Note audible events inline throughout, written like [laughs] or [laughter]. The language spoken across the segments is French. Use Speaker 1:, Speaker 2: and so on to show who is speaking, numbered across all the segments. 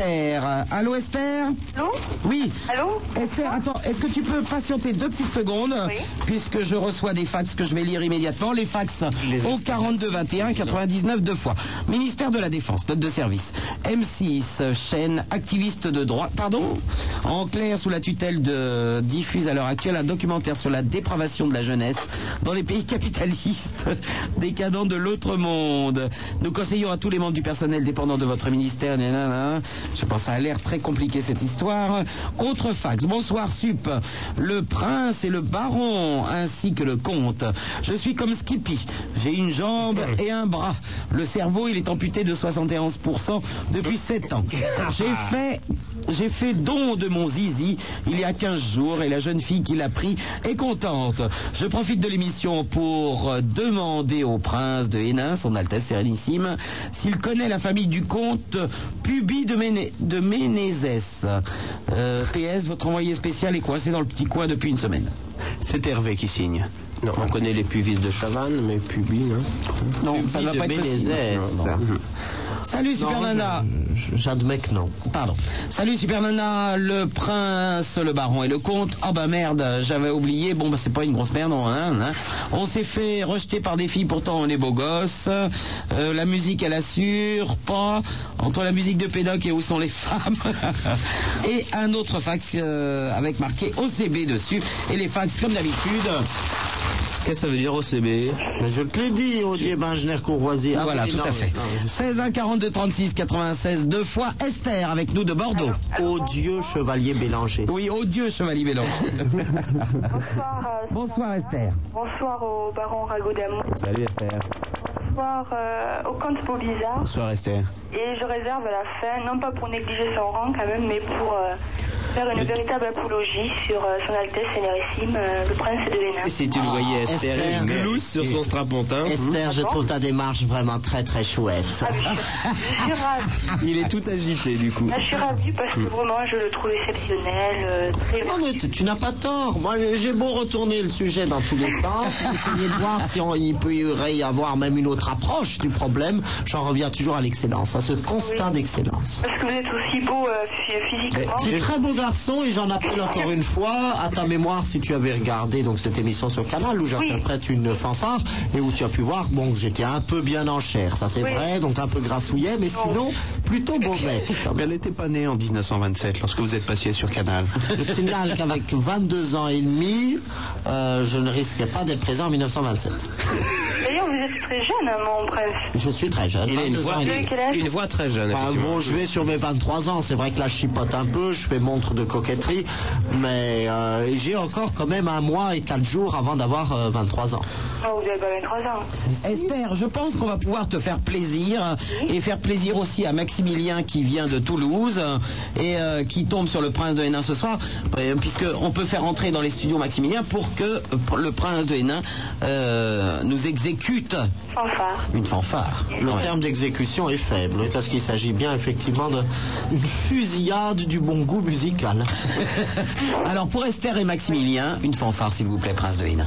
Speaker 1: Esther. Allô Esther
Speaker 2: Allô
Speaker 1: Oui.
Speaker 2: Allô
Speaker 1: Esther, attends, est-ce que tu peux patienter deux petites secondes
Speaker 2: Oui.
Speaker 1: Puisque je reçois des fax que je vais lire immédiatement. Les fax 11 42 21 99 deux fois. Ministère de la Défense, note de service. M6, chaîne activiste de droit. Pardon En clair, sous la tutelle de diffuse à l'heure actuelle un documentaire sur la dépravation de la jeunesse dans les pays capitalistes [laughs] décadents de l'autre monde. Nous conseillons à tous les membres du personnel dépendant de votre ministère. nanana. Je pense que ça a l'air très compliqué cette histoire. Autre fax. Bonsoir Sup. Le prince et le baron ainsi que le comte. Je suis comme Skippy. J'ai une jambe et un bras. Le cerveau, il est amputé de 71% depuis 7 ans. J'ai fait j'ai fait don de mon zizi il y a 15 jours et la jeune fille qui l'a pris est contente. Je profite de l'émission pour euh, demander au prince de Hénin, son Altesse Sérénissime, s'il connaît la famille du comte Puby de, Méné- de Ménézès. Euh, PS, votre envoyé spécial est coincé dans le petit coin depuis une semaine.
Speaker 3: C'est Hervé qui signe.
Speaker 4: Non, on connaît les hein puvis de Chavannes, mais Pubi, non
Speaker 1: Non, ça ne va
Speaker 3: de
Speaker 1: pas être possible.
Speaker 3: Ménézès.
Speaker 1: Non, non. Salut Super Nana.
Speaker 3: J'admets que non.
Speaker 1: Pardon. Salut Super Nana, le prince, le baron et le comte. Ah bah merde, j'avais oublié. Bon bah c'est pas une grosse merde, on, hein, hein. On s'est fait rejeter par des filles, pourtant on est beau gosse. Euh, la musique elle assure pas. Entre la musique de Pédoc et où sont les femmes. [laughs] et un autre fax euh, avec marqué OCB dessus. Et les fax comme d'habitude.
Speaker 4: Qu'est-ce que ça veut dire OCB
Speaker 3: Mais je te l'ai dit, Odier Bingener Courvoisier. Ah,
Speaker 1: voilà,
Speaker 3: mais
Speaker 1: tout
Speaker 3: non,
Speaker 1: à fait.
Speaker 3: non, mais-
Speaker 1: 16 1 42 36 96 deux fois Esther avec nous de Bordeaux.
Speaker 3: Odieux Chevalier Bélanger.
Speaker 1: Oui, odieux chevalier Bélan.
Speaker 2: Bonsoir. euh,
Speaker 1: Bonsoir Esther.
Speaker 2: Bonsoir au baron Ragodamon.
Speaker 4: Salut Esther.
Speaker 2: Bonsoir euh, au comte Beaubizarre.
Speaker 4: Bonsoir Esther.
Speaker 2: Et je réserve à la fin, non pas pour négliger son rang quand même, mais pour euh, faire une véritable apologie sur euh, son Altesse Sénérissime, euh, le prince de Hénin.
Speaker 4: Si tu le voyais Esther,
Speaker 3: Ah, Esther.
Speaker 4: il glousse sur son strapontin.
Speaker 3: Esther, je trouve ta démarche vraiment très très chouette.
Speaker 2: Ah, mais je, je suis ravie.
Speaker 4: Il est tout agité du coup.
Speaker 2: Là, je suis ravie parce que vraiment, je le trouve exceptionnel, euh, très
Speaker 3: Non mais tu tu n'as pas tort. Moi j'ai beau retourner le sujet dans tous les sens, essayer de voir si on- il peut y avoir même une autre approche du problème. J'en reviens toujours à l'excellence, à ce constat d'excellence.
Speaker 2: Parce que vous êtes aussi beau euh, phy- physiquement.
Speaker 3: Eh, Tu es très beau garçon et j'en appelle encore une fois à ta mémoire si tu avais regardé donc cette émission sur Canal où j'interprète une fanfare et où tu as pu voir bon que j'étais un peu bien en chair, ça c'est
Speaker 2: Oui.
Speaker 3: vrai, donc un peu grassouillet, mais sinon plutôt beau mec.
Speaker 5: [laughs] Elle n'était pas née en 1927 lorsque vous êtes passé sur Canal.
Speaker 3: Je signale qu'avec 22 ans et demi, euh, je ne risquais pas d'être présent en 1927.
Speaker 2: D'ailleurs, vous êtes très jeune, hein, mon prince.
Speaker 3: Je suis très jeune,
Speaker 4: Il a une
Speaker 3: 22 ans
Speaker 4: voix,
Speaker 3: et demi.
Speaker 2: Oui, quel âge
Speaker 4: une voix très jeune.
Speaker 3: Enfin,
Speaker 4: effectivement.
Speaker 3: bon, je vais
Speaker 4: [laughs]
Speaker 3: sur mes 23 ans. C'est vrai que là, je chipote un peu, je fais montre de coquetterie, mais euh, j'ai encore quand même un mois et quatre jours avant d'avoir euh, 23 ans.
Speaker 2: Oh, vous avez pas 23 ans.
Speaker 1: Esther, je pense qu'on va pouvoir te faire plaisir euh, et faire plaisir aussi à Maximilien qui vient de Toulouse euh, et euh, qui tombe sur le prince de Hénin ce soir, puisqu'on peut faire entrer dans les studios Maximilien pour que euh, pour le prince de Hénin euh, nous exécute
Speaker 2: Fanfare.
Speaker 1: une fanfare. [laughs]
Speaker 3: Le
Speaker 1: Ouais.
Speaker 3: terme d'exécution est faible, parce qu'il s'agit bien effectivement d'une fusillade du bon goût musical.
Speaker 1: Alors pour Esther et Maximilien, une fanfare s'il vous plaît, prince de Hénin.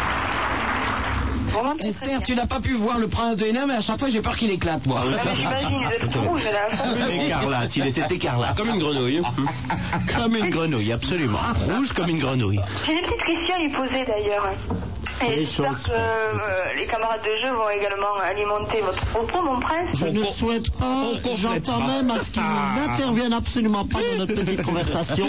Speaker 2: Vraiment très, très
Speaker 1: Esther,
Speaker 2: bien.
Speaker 1: tu n'as pas pu voir le prince de Hénin, mais à chaque fois j'ai peur qu'il éclate, moi.
Speaker 2: Ah, mais J'imagine, vous êtes tout rouge là.
Speaker 1: Ah
Speaker 5: Écarlate, il était écarlate.
Speaker 4: Comme une grenouille.
Speaker 5: Comme une grenouille, absolument. Rouge comme une grenouille.
Speaker 2: J'ai des petites questions à lui poser d'ailleurs.
Speaker 3: C'est
Speaker 2: Et
Speaker 3: les
Speaker 2: j'espère
Speaker 3: choses
Speaker 2: que
Speaker 3: faites.
Speaker 2: euh, les camarades de jeu vont également alimenter votre propos, mon prince.
Speaker 3: Je ne le souhaite pas,
Speaker 4: on complétera.
Speaker 3: j'entends même à ce qu'ils n'interviennent absolument pas dans notre petite conversation,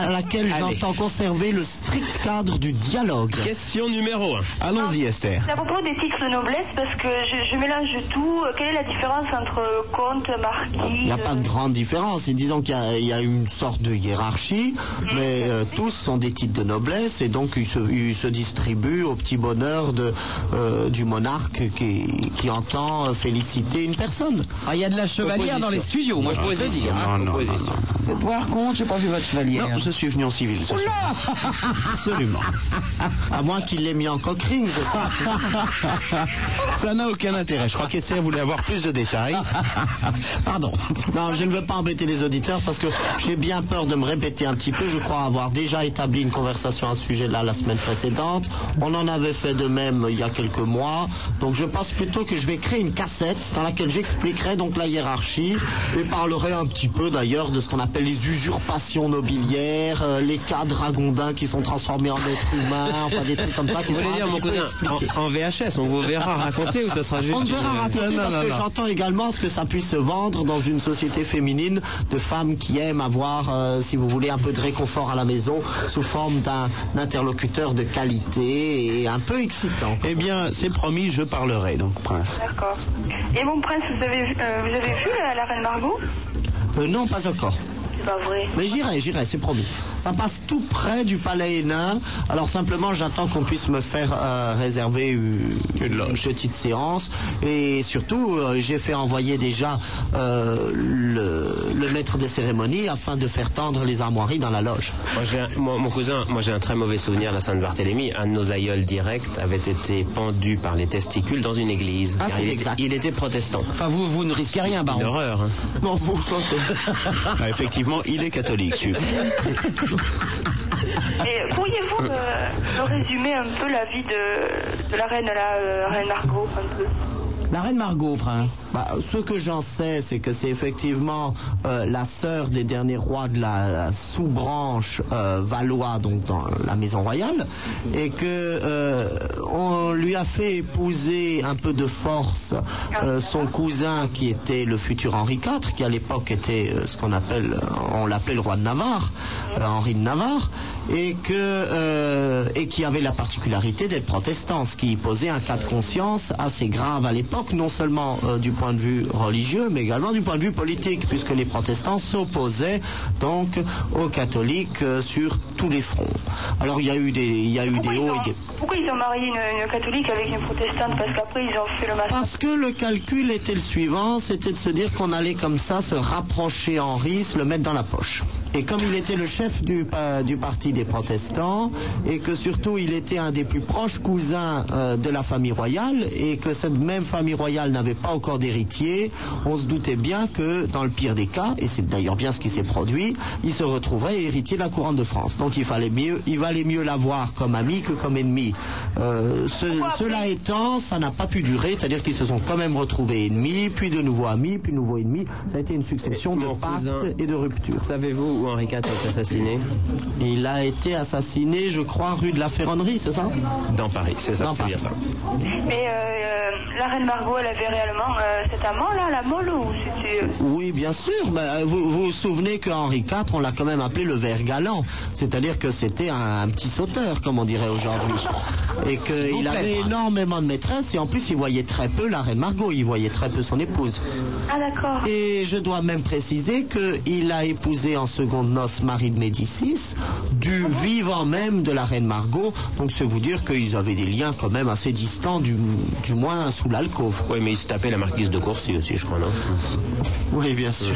Speaker 3: à laquelle j'entends conserver le strict cadre du dialogue.
Speaker 4: Question numéro 1.
Speaker 5: Allons-y, Esther.
Speaker 2: C'est à propos des titres de noblesse, parce que je, je mélange tout. Euh, Quelle est la différence entre euh, comte, marquis
Speaker 3: Il n'y a pas de grande différence. Et disons qu'il y a- il y, a une sorte de hiérarchie, mais euh, tous sont des titres de noblesse et donc ils se, ils se distribuent au petit bonheur de, euh, du monarque qui, qui entend euh, féliciter une personne.
Speaker 1: Ah, il y a de la chevalière dans les studios, moi je peux te dire. hein.
Speaker 5: Non, non, non, non.
Speaker 1: Par contre, j'ai pas vu votre chevalière.
Speaker 5: Non, je suis venu en civil. ce soir.
Speaker 1: [laughs]
Speaker 5: Absolument.
Speaker 3: [laughs] À moins qu'il l'ait mis en coquering, je sais pas.
Speaker 5: [laughs] Ça n'a aucun intérêt. Je crois qu'Esther voulait avoir plus de détails.
Speaker 3: [laughs] Pardon. Non, je ne veux pas embêter les auditeurs parce que j'ai bien peur de me répéter un petit peu. Je crois avoir déjà établi une conversation à ce sujet-là la semaine précédente. On en avait fait de même il y a quelques mois. Donc je pense plutôt que je vais créer une cassette dans laquelle j'expliquerai donc la hiérarchie et parlerai un petit peu d'ailleurs de ce qu'on appelle les usurpations nobilières, euh, les cas dragondins qui sont transformés en êtres humains, enfin des trucs comme ça qui
Speaker 4: Vous
Speaker 3: sont
Speaker 4: voulez
Speaker 3: un
Speaker 4: dire,
Speaker 3: petit
Speaker 4: mon
Speaker 3: peu
Speaker 4: cousin,
Speaker 3: expliqués.
Speaker 4: en, en VHS, on vous verra raconter ou ça sera juste.
Speaker 3: On ne verra
Speaker 4: une-
Speaker 3: raconter parce que j'entends également ce que ça puisse se vendre dans une société féminine de femmes qui aiment avoir, euh, si vous voulez, un peu de réconfort à la maison sous forme d'un interlocuteur de qualité et un peu excitant.
Speaker 5: Eh bien, c'est promis, je parlerai, donc, prince.
Speaker 2: euh, D'accord. Et mon prince, vous avez, vu- euh, vous avez vu la, la reine Margot
Speaker 3: Euh, non, pas encore.
Speaker 2: C'est pas vrai.
Speaker 3: Mais j'irai, j'irai, c'est promis. Ça passe tout près du palais Hénin. Alors simplement, j'attends qu'on puisse me faire euh, réserver une, une petite séance. Et surtout, euh, j'ai fait envoyer déjà euh, le, le maître des cérémonies afin de faire tendre les armoiries dans la loge.
Speaker 4: Moi, j'ai un- moi, mon cousin, moi j'ai un très mauvais souvenir de la Sainte-Barthélemy. Un de nos aïeuls directs avait été pendu par les testicules dans une église.
Speaker 3: Ah,
Speaker 4: Car
Speaker 3: c'est
Speaker 4: il,
Speaker 3: exact.
Speaker 4: Était, il était protestant.
Speaker 1: Enfin, vous, vous ne risquez rien,
Speaker 4: Une
Speaker 1: baron.
Speaker 4: horreur. hein.
Speaker 3: Bon, vous, ça, c'est-
Speaker 5: Ah, effectivement, il est catholique, celui-là.
Speaker 2: Et pourriez-vous euh, me, me résumer un peu la vie de, de la reine, la euh, reine Margot un peu
Speaker 1: La reine Margot, prince.
Speaker 3: Bah, ce que j'en sais, c'est que c'est effectivement euh, la sœur des derniers rois de la, la sous-branche euh, Valois, donc dans la maison royale, et que euh, on lui a fait épouser un peu de force euh, son cousin qui était le futur Henri IV, qui à l'époque était euh, ce qu'on appelle, on l'appelait le roi de Navarre, euh, Henri de Navarre, et que euh, et qui avait la particularité d'être protestant, ce qui posait un cas de conscience assez grave à l'époque, non seulement euh, du point de vue religieux, mais également du point de vue politique, puisque les protestants s'opposaient donc aux catholiques euh, sur tous les fronts. Alors il y a eu des il y a eu
Speaker 2: pourquoi,
Speaker 3: des
Speaker 2: ils
Speaker 3: hauts et
Speaker 2: ont,
Speaker 3: des
Speaker 2: pourquoi ils ont marié une, une catholique avec une protestante Parce qu'après, ils ont fait le massacre.
Speaker 3: Parce que le calcul était le suivant, c'était de se dire qu'on allait comme ça se rapprocher Henri, se le mettre dans la poche. Et comme il était le chef du, pa- du parti des protestants, et que surtout il était un des plus proches cousins euh, de la famille royale, et que cette même famille royale n'avait pas encore d'héritier, on se doutait bien que dans le pire des cas, et c'est d'ailleurs bien ce qui s'est produit, il se retrouverait héritier de la couronne de France. Donc il, fallait mieux, il valait mieux l'avoir comme ami que comme ennemi. Euh, ce- cela étant, ça n'a pas pu durer, c'est-à-dire qu'ils se sont quand même retrouvés ennemis, puis de nouveau amis, puis de nouveau ennemis. Ça a été une succession
Speaker 4: Et
Speaker 3: de
Speaker 4: mon cousin-
Speaker 3: pactes et de ruptures.
Speaker 4: Savez-vous où Henri IV a été assassiné
Speaker 3: Il a été assassiné, je crois, rue de la Ferronnerie, c'est ça
Speaker 4: Dans Paris, c'est ça,
Speaker 3: Dans
Speaker 4: c'est bien ça.
Speaker 3: Paris.
Speaker 2: Mais euh, euh, la reine Margot, elle avait réellement euh, cet amant-là, la molle, ou c'était...
Speaker 3: Oui, bien sûr. mais, euh, vous, vous vous souvenez que Henri IV, on l'a quand même appelé le vert galant, c'est-à-dire que c'était un, un petit sauteur, comme on dirait aujourd'hui, et qu'il
Speaker 1: plaît,
Speaker 3: avait
Speaker 1: prince.
Speaker 3: énormément de maîtresses et en plus il voyait très peu la reine Margot, il voyait très peu son épouse.
Speaker 2: Ah, d'accord.
Speaker 3: Et je dois même préciser qu'il a épousé en seconde noce Marie de Médicis, du
Speaker 2: Ah
Speaker 3: vivant même de la reine Margot. Donc c'est vous dire qu'ils avaient des liens quand même assez distants, du, du moins sous l'alcôve.
Speaker 4: Oui, mais il se tapait la marquise de Courcy aussi, je crois, non
Speaker 3: Oui, bien [laughs] sûr.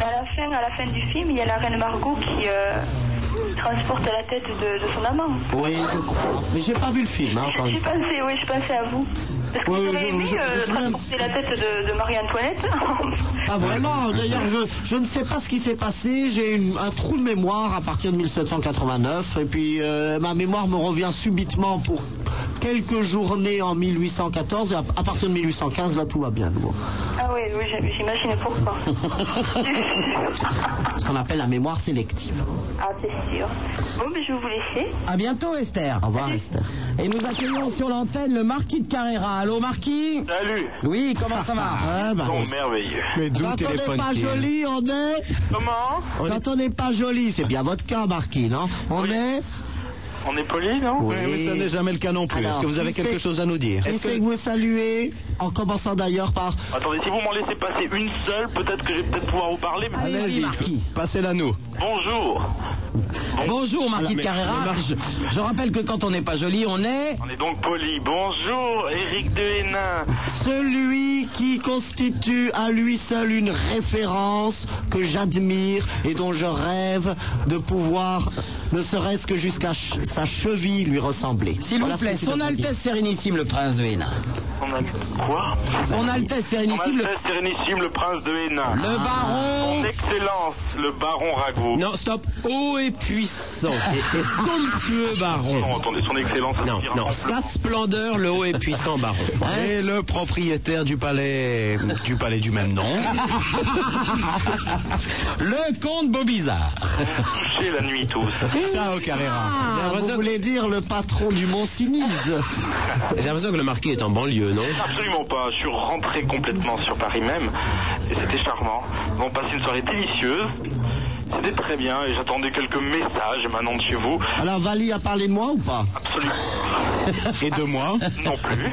Speaker 2: À la fin, à la fin du film, il y a la reine Margot qui euh, transporte la tête de, de son amant.
Speaker 3: Oui, je crois. Mais j'ai pas vu le film, hein, encore une
Speaker 2: J'ai
Speaker 3: fois.
Speaker 2: pensé, oui, je pensais à vous. Parce que
Speaker 3: Ouais,
Speaker 2: vous avez
Speaker 3: je-
Speaker 2: aimé
Speaker 3: je-
Speaker 2: euh,
Speaker 3: je-
Speaker 2: transporter la tête de, de Marie-Antoinette
Speaker 3: Ah vraiment, d'ailleurs je, je ne sais pas ce qui s'est passé, j'ai une- un trou de mémoire à partir de 1789 et puis euh, ma mémoire me revient subitement pour quelques journées en 1814, et à, à partir de 1815, là, tout va bien. nouveau.
Speaker 2: Ah oui, oui, j'ai- j'imagine
Speaker 3: [laughs]
Speaker 2: pourquoi.
Speaker 3: Ce qu'on appelle la mémoire sélective.
Speaker 2: ah, c'est sûr. Bon, mais je vais vous laisser.
Speaker 1: À bientôt, Esther.
Speaker 3: Au revoir, Esther.
Speaker 1: Et nous accueillons sur l'antenne le marquis de Carrera. Allô, marquis
Speaker 6: Salut
Speaker 1: Oui, comment ça va
Speaker 3: Ah, bah,
Speaker 6: Bon, merveilleux.
Speaker 5: Mais d'où
Speaker 3: quand
Speaker 5: le
Speaker 3: on n'est
Speaker 5: téléphone
Speaker 3: pas
Speaker 5: qui est
Speaker 3: joli, on est.
Speaker 6: Comment
Speaker 3: Quand on n'est pas joli, c'est bien votre cas, Marquis, non On est.
Speaker 6: On est poli, non
Speaker 5: Ouais, mais Eh ça n'est jamais le cas non plus.
Speaker 3: Alors,
Speaker 5: Est-ce que vous avez
Speaker 3: qui c'est-
Speaker 5: quelque chose à nous dire
Speaker 3: Est-ce que vous saluez En commençant d'ailleurs par.
Speaker 6: Attendez, si vous m'en laissez passer une seule, peut-être que je vais peut-être pouvoir vous parler. mais-
Speaker 1: Allez-y, marquis.
Speaker 5: Passez-la nous.
Speaker 6: Bonjour
Speaker 1: Bonjour, marquis de Carrera. Je, je rappelle que quand on n'est pas joli, on est...
Speaker 6: On est donc poli. Bonjour, Eric de Hénin.
Speaker 3: Celui qui constitue à lui seul une référence que j'admire et dont je rêve de pouvoir, ne serait-ce que jusqu'à ch- sa cheville, lui ressembler.
Speaker 1: S'il
Speaker 3: Voilà
Speaker 1: vous
Speaker 3: ce que
Speaker 1: plaît,
Speaker 3: tu
Speaker 1: son
Speaker 3: devrais dire.
Speaker 1: Altesse Sérénissime, le prince de Hénin.
Speaker 6: On a quoi
Speaker 1: Son Altesse
Speaker 6: Son
Speaker 1: Sérénissime, le,
Speaker 6: Altesse Sérénissime, le prince de Hénin.
Speaker 1: le baron...
Speaker 6: Son Excellence, le baron Rago.
Speaker 4: Non, stop. Haut et puissant et, et somptueux baron.
Speaker 6: Non, attendez, son Excellence.
Speaker 4: Non,
Speaker 6: aspire
Speaker 4: non,
Speaker 6: un
Speaker 4: sa splendeur, le haut et puissant baron.
Speaker 5: Et le propriétaire du palais, du palais du même nom.
Speaker 1: Le comte Bobizard.
Speaker 6: peu touché la nuit tous.
Speaker 5: Ciao Carrera.
Speaker 3: Ah, vous voulez dire le patron du Mont Sinise
Speaker 4: [laughs] J'ai l'impression que le marquis est en banlieue, non
Speaker 6: Absolument pas. Je suis rentré complètement sur Paris même. Et c'était charmant. Nous avons passé une soirée délicieuse. C'était très bien. Et j'attendais quelques messages maintenant de chez vous.
Speaker 3: Alors, Vali a parlé de moi ou pas
Speaker 6: Absolument
Speaker 5: Et de moi.
Speaker 6: non plus.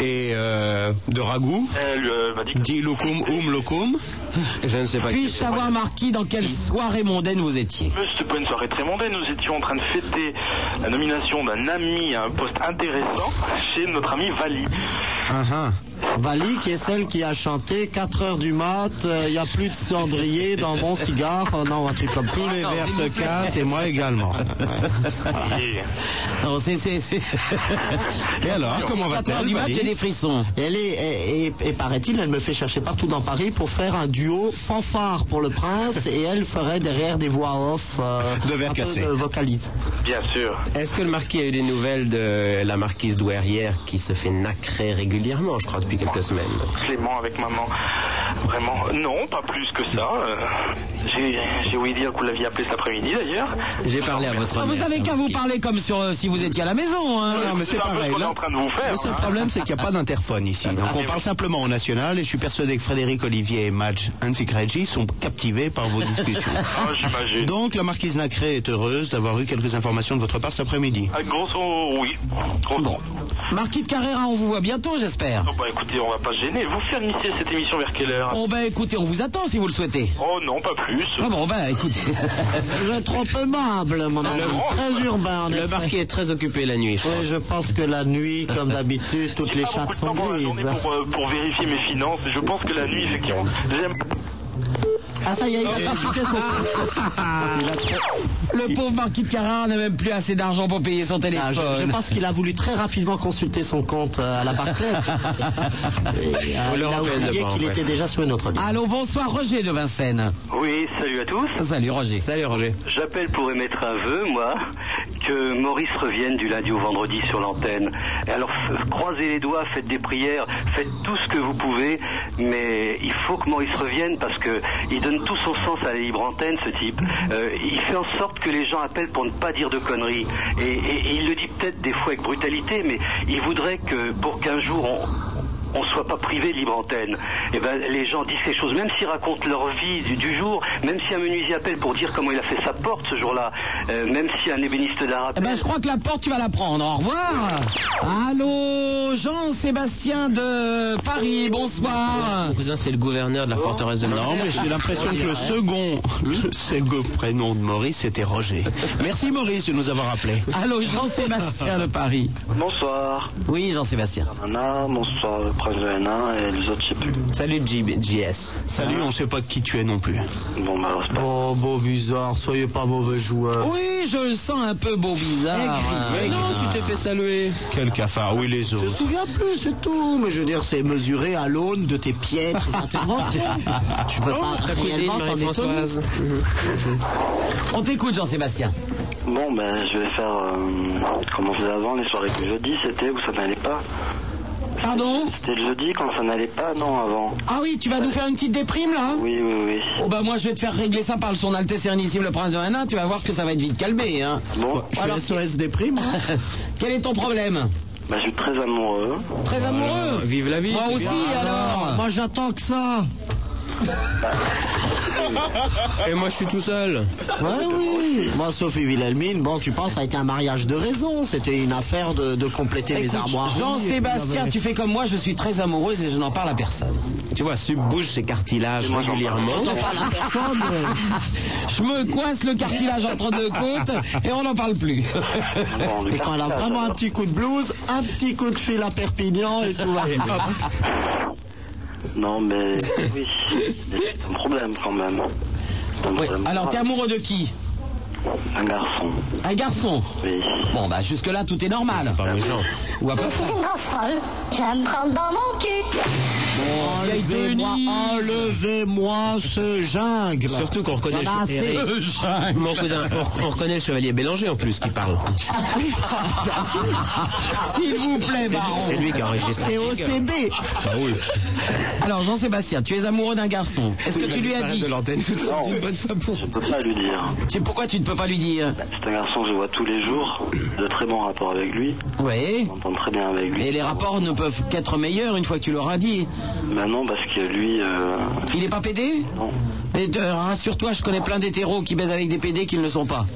Speaker 5: Et euh, de Ragout.
Speaker 6: Elle euh, m'a dit que
Speaker 5: Dit locum um locum.
Speaker 4: Je ne sais pas.
Speaker 1: Puis-je savoir, marquis, dans quelle soirée mondaine vous étiez
Speaker 6: c'était pas une soirée très mondaine. Nous étions en train de fêter la nomination d'un ami à un poste intéressant chez notre ami Vali.
Speaker 5: Ah, ah.
Speaker 3: Vali, Uh-huh. qui est celle qui a chanté 4 heures du mat, euh, il n'y a plus de cendrier dans mon cigare, euh, non, un truc comme ça.
Speaker 5: Tous les verres se cassent et
Speaker 3: [laughs]
Speaker 5: moi également.
Speaker 6: Et
Speaker 1: Non, c'est... c'est- c'est-
Speaker 5: Et alors, comment
Speaker 1: Quatre heures
Speaker 5: va-t-elle
Speaker 1: du match, j'ai
Speaker 5: Valérie
Speaker 1: des frissons.
Speaker 3: Et Elle est, et, et- et paraît-il, elle me fait chercher partout dans Paris pour faire un duo fanfare pour le prince et elle ferait derrière des voix off euh,
Speaker 5: De verre
Speaker 3: un peu
Speaker 5: cassé.
Speaker 3: de vocalise.
Speaker 6: bien sûr.
Speaker 4: Est-ce que le marquis a eu des nouvelles de la marquise douairière qui se fait nacrer régulièrement, je crois, depuis quelques semaines
Speaker 6: Clément avec maman. Vraiment, non, pas plus que ça. Euh, J'ai j'ai ouï dire que vous l'aviez appelé cet après-midi d'ailleurs.
Speaker 4: J'ai parlé à votre
Speaker 1: Ah, vous
Speaker 4: mère,
Speaker 1: avez qu'à vous parler comme sur, euh, si vous étiez à la maison. hein.
Speaker 5: Non, mais c'est
Speaker 6: un peu ce
Speaker 5: pareil.
Speaker 6: qu'on est
Speaker 5: Là,
Speaker 6: en train de vous faire,
Speaker 5: le seul
Speaker 6: hein. Ah,
Speaker 5: problème, c'est qu'il n'y a pas d'interphone ici. Donc, on parle simplement au national et je suis persuadé que Frédéric Olivier et Madge Hansik Reggie sont captivés par vos discussions.
Speaker 6: [laughs] Ah, J'imagine.
Speaker 5: Donc, la marquise Nacré est heureuse d'avoir eu quelques informations de votre part cet après-midi.
Speaker 6: Ah, Grosso, oui. Grosso.
Speaker 1: Bon. Marquis de Carrera, on vous voit bientôt, j'espère.
Speaker 6: Oh, bah écoutez, on va pas se gêner. Vous finissez cette émission vers quelle heure
Speaker 1: Oh ben écoutez, on vous attend si vous le souhaitez.
Speaker 6: Oh non, pas plus.
Speaker 1: Ah bon ben écoutez. [laughs]
Speaker 3: Vous êtes trop aimable, mon ami, très urbain. en
Speaker 4: Le
Speaker 3: effet.
Speaker 4: marquis est très occupé la nuit. je crois.
Speaker 3: Oui, je pense que la nuit,
Speaker 4: [laughs]
Speaker 3: comme d'habitude, toutes
Speaker 6: J'ai
Speaker 3: les
Speaker 6: pas beaucoup
Speaker 3: chattes
Speaker 6: de
Speaker 3: sont
Speaker 6: temps pour la journée
Speaker 3: grises.
Speaker 6: pour, euh, pour vérifier mes finances. Je pense que la nuit, effectivement, j'aime
Speaker 3: Ah ça y est, il a consulté [laughs] son
Speaker 1: Le pauvre Marquis de Carrera n'a même plus assez d'argent pour payer son
Speaker 3: Ah, je, je
Speaker 1: téléphone.
Speaker 3: pense qu'il a voulu très rapidement consulter son compte euh, à la [laughs] Barclays. Et, euh, il
Speaker 4: leur
Speaker 3: a
Speaker 4: peine de
Speaker 3: oublié
Speaker 4: pas,
Speaker 3: qu'il
Speaker 4: ouais.
Speaker 3: était déjà sur une autre ligne.
Speaker 1: Allô, bonsoir Roger de Vincennes.
Speaker 7: Oui, salut à tous.
Speaker 1: Salut Roger.
Speaker 4: Salut Roger.
Speaker 7: J'appelle pour émettre un vœu, moi, que Maurice revienne du lundi au vendredi sur l'antenne. Et Alors, f- croisez les doigts, faites des prières, faites tout ce que vous pouvez, mais il faut que Maurice revienne parce que il donne tout son sens à la libre antenne, ce type. Euh, il fait en sorte que les gens appellent pour ne pas dire de conneries. Et, et- et il le dit peut-être des fois avec brutalité, mais il voudrait que pour qu'un jour on on soit pas privé de libre antenne. Et ben, les gens disent ces choses, même s'ils racontent leur vie du, du jour, même si un menuisier appelle pour dire comment il a fait sa porte ce jour-là, euh, même si un ébéniste d'art
Speaker 1: Eh
Speaker 7: appelle.
Speaker 1: ben je crois que la porte tu vas la prendre. Au revoir. Allô, Jean-Sébastien de Paris. Bonsoir. Oh.
Speaker 4: Mon cousin, c'était le gouverneur de la forteresse de
Speaker 5: Non,
Speaker 4: Nantes.
Speaker 5: mais j'ai l'impression que le second, le second prénom de Maurice, c'était Roger. Merci Maurice de nous avoir appelés.
Speaker 1: Allô, Jean-Sébastien de Paris.
Speaker 7: Bonsoir,
Speaker 1: Oui, Jean-Sébastien.
Speaker 7: Anna, bonsoir, le prince de Hénin et les autres, je sais plus.
Speaker 4: Salut J- JS.
Speaker 5: Salut, on ne sait pas qui tu es non plus.
Speaker 7: Bon, bah alors, c'est pas-
Speaker 3: Oh, beau bizarre, soyez pas mauvais joueur.
Speaker 1: Oui, je le sens un peu beau [laughs] bizarre.
Speaker 4: Mais non, tu t'es fait saluer.
Speaker 5: Quel cafard, oui les
Speaker 3: Je me
Speaker 5: autres.
Speaker 3: souviens plus, c'est tout. Mais je veux dire, c'est mesuré à l'aune de tes piètres interventions. [laughs] tu peux pas
Speaker 1: Oh,
Speaker 4: Ta cousine
Speaker 3: réellement t'en étonner.
Speaker 4: Marie-Françoise.
Speaker 1: On t'écoute, Jean-Sébastien.
Speaker 8: Bon, ben, je vais faire euh, comme on faisait avant, les soirées du jeudi, c'était où ça n'allait pas.
Speaker 1: Pardon
Speaker 8: C'était le jeudi quand ça n'allait pas, non, avant.
Speaker 1: Ah oui, tu vas nous faire une petite déprime là
Speaker 8: Oui, oui, oui.
Speaker 1: Oh bah moi je vais te faire régler ça par le son Altesse Sérénissime le Prince de Hénin, tu vas voir que ça va être vite calmé. Hein.
Speaker 8: Bon,
Speaker 1: je Alors, SOS déprime. hein. [laughs] quel est ton problème
Speaker 8: Bah, je suis très amoureux.
Speaker 1: Très amoureux
Speaker 4: Vive la vie
Speaker 1: Moi aussi alors
Speaker 3: Moi j'attends que ça.
Speaker 4: Et moi je suis tout seul
Speaker 3: Ouais, oui. Moi, Sophie Wilhelmine, bon, tu penses, ça a été un mariage de raison. C'était une affaire de, de compléter les
Speaker 1: Écoute,
Speaker 3: armoires.
Speaker 1: Jean-Sébastien, tu fais comme moi, je suis très amoureuse et je n'en parle à personne.
Speaker 4: Tu vois, Sub bouge ses cartilages régulièrement.
Speaker 1: Je me coince le cartilage entre deux côtes et on n'en parle plus.
Speaker 8: Bon,
Speaker 3: Et quand elle a vraiment un petit coup de blouse, un petit coup de fil à Perpignan et tout va bien.
Speaker 1: [laughs]
Speaker 8: Non, mais oui, c'est un problème quand même. C'est un
Speaker 1: Oui.
Speaker 8: problème.
Speaker 1: Alors t'es amoureux de qui
Speaker 8: Un garçon,
Speaker 1: Un garçon
Speaker 8: oui.
Speaker 1: Bon bah jusque là tout est normal.
Speaker 4: Par mes gens.
Speaker 1: Ou à peu près.
Speaker 9: une grosse folle. Je vais me prendre dans mon cul.
Speaker 1: Vieille
Speaker 3: Enlevez-moi,
Speaker 1: Denise.
Speaker 3: enlevez-moi ce jungle.
Speaker 4: Surtout qu'on reconnaît.
Speaker 3: Il y en a
Speaker 4: le-
Speaker 3: assez.
Speaker 4: Euh, Mon cousin, on, on reconnaît le chevalier Bélanger en plus qui parle.
Speaker 1: [laughs] Ah, S'il vous plaît,
Speaker 4: C'est
Speaker 1: Baron.
Speaker 4: lui qui a
Speaker 3: C'est
Speaker 4: enregistré.
Speaker 3: OCB.
Speaker 4: Ah oui.
Speaker 1: Alors Jean-Sébastien, tu es amoureux d'un garçon. Est-ce que tu lui as dit
Speaker 4: l'antenne toute
Speaker 8: Non. une bonne
Speaker 4: fois pour.
Speaker 8: Je peux pas lui dire.
Speaker 1: Tu- Pourquoi tu ne peux pas lui dire
Speaker 8: Ben, C'est un garçon que je vois tous les jours. De très bons rapports avec lui.
Speaker 1: Oui.
Speaker 8: Je m'entends très bien avec lui.
Speaker 1: Et les rapports ne peuvent qu'être meilleurs une fois que tu l'auras dit.
Speaker 8: Bah non, parce que lui, euh,
Speaker 1: Il est pas pédé
Speaker 8: non.
Speaker 1: Mais euh, rassure-toi, je connais plein d'hétéros qui baisent avec des pédés qui ne le sont pas.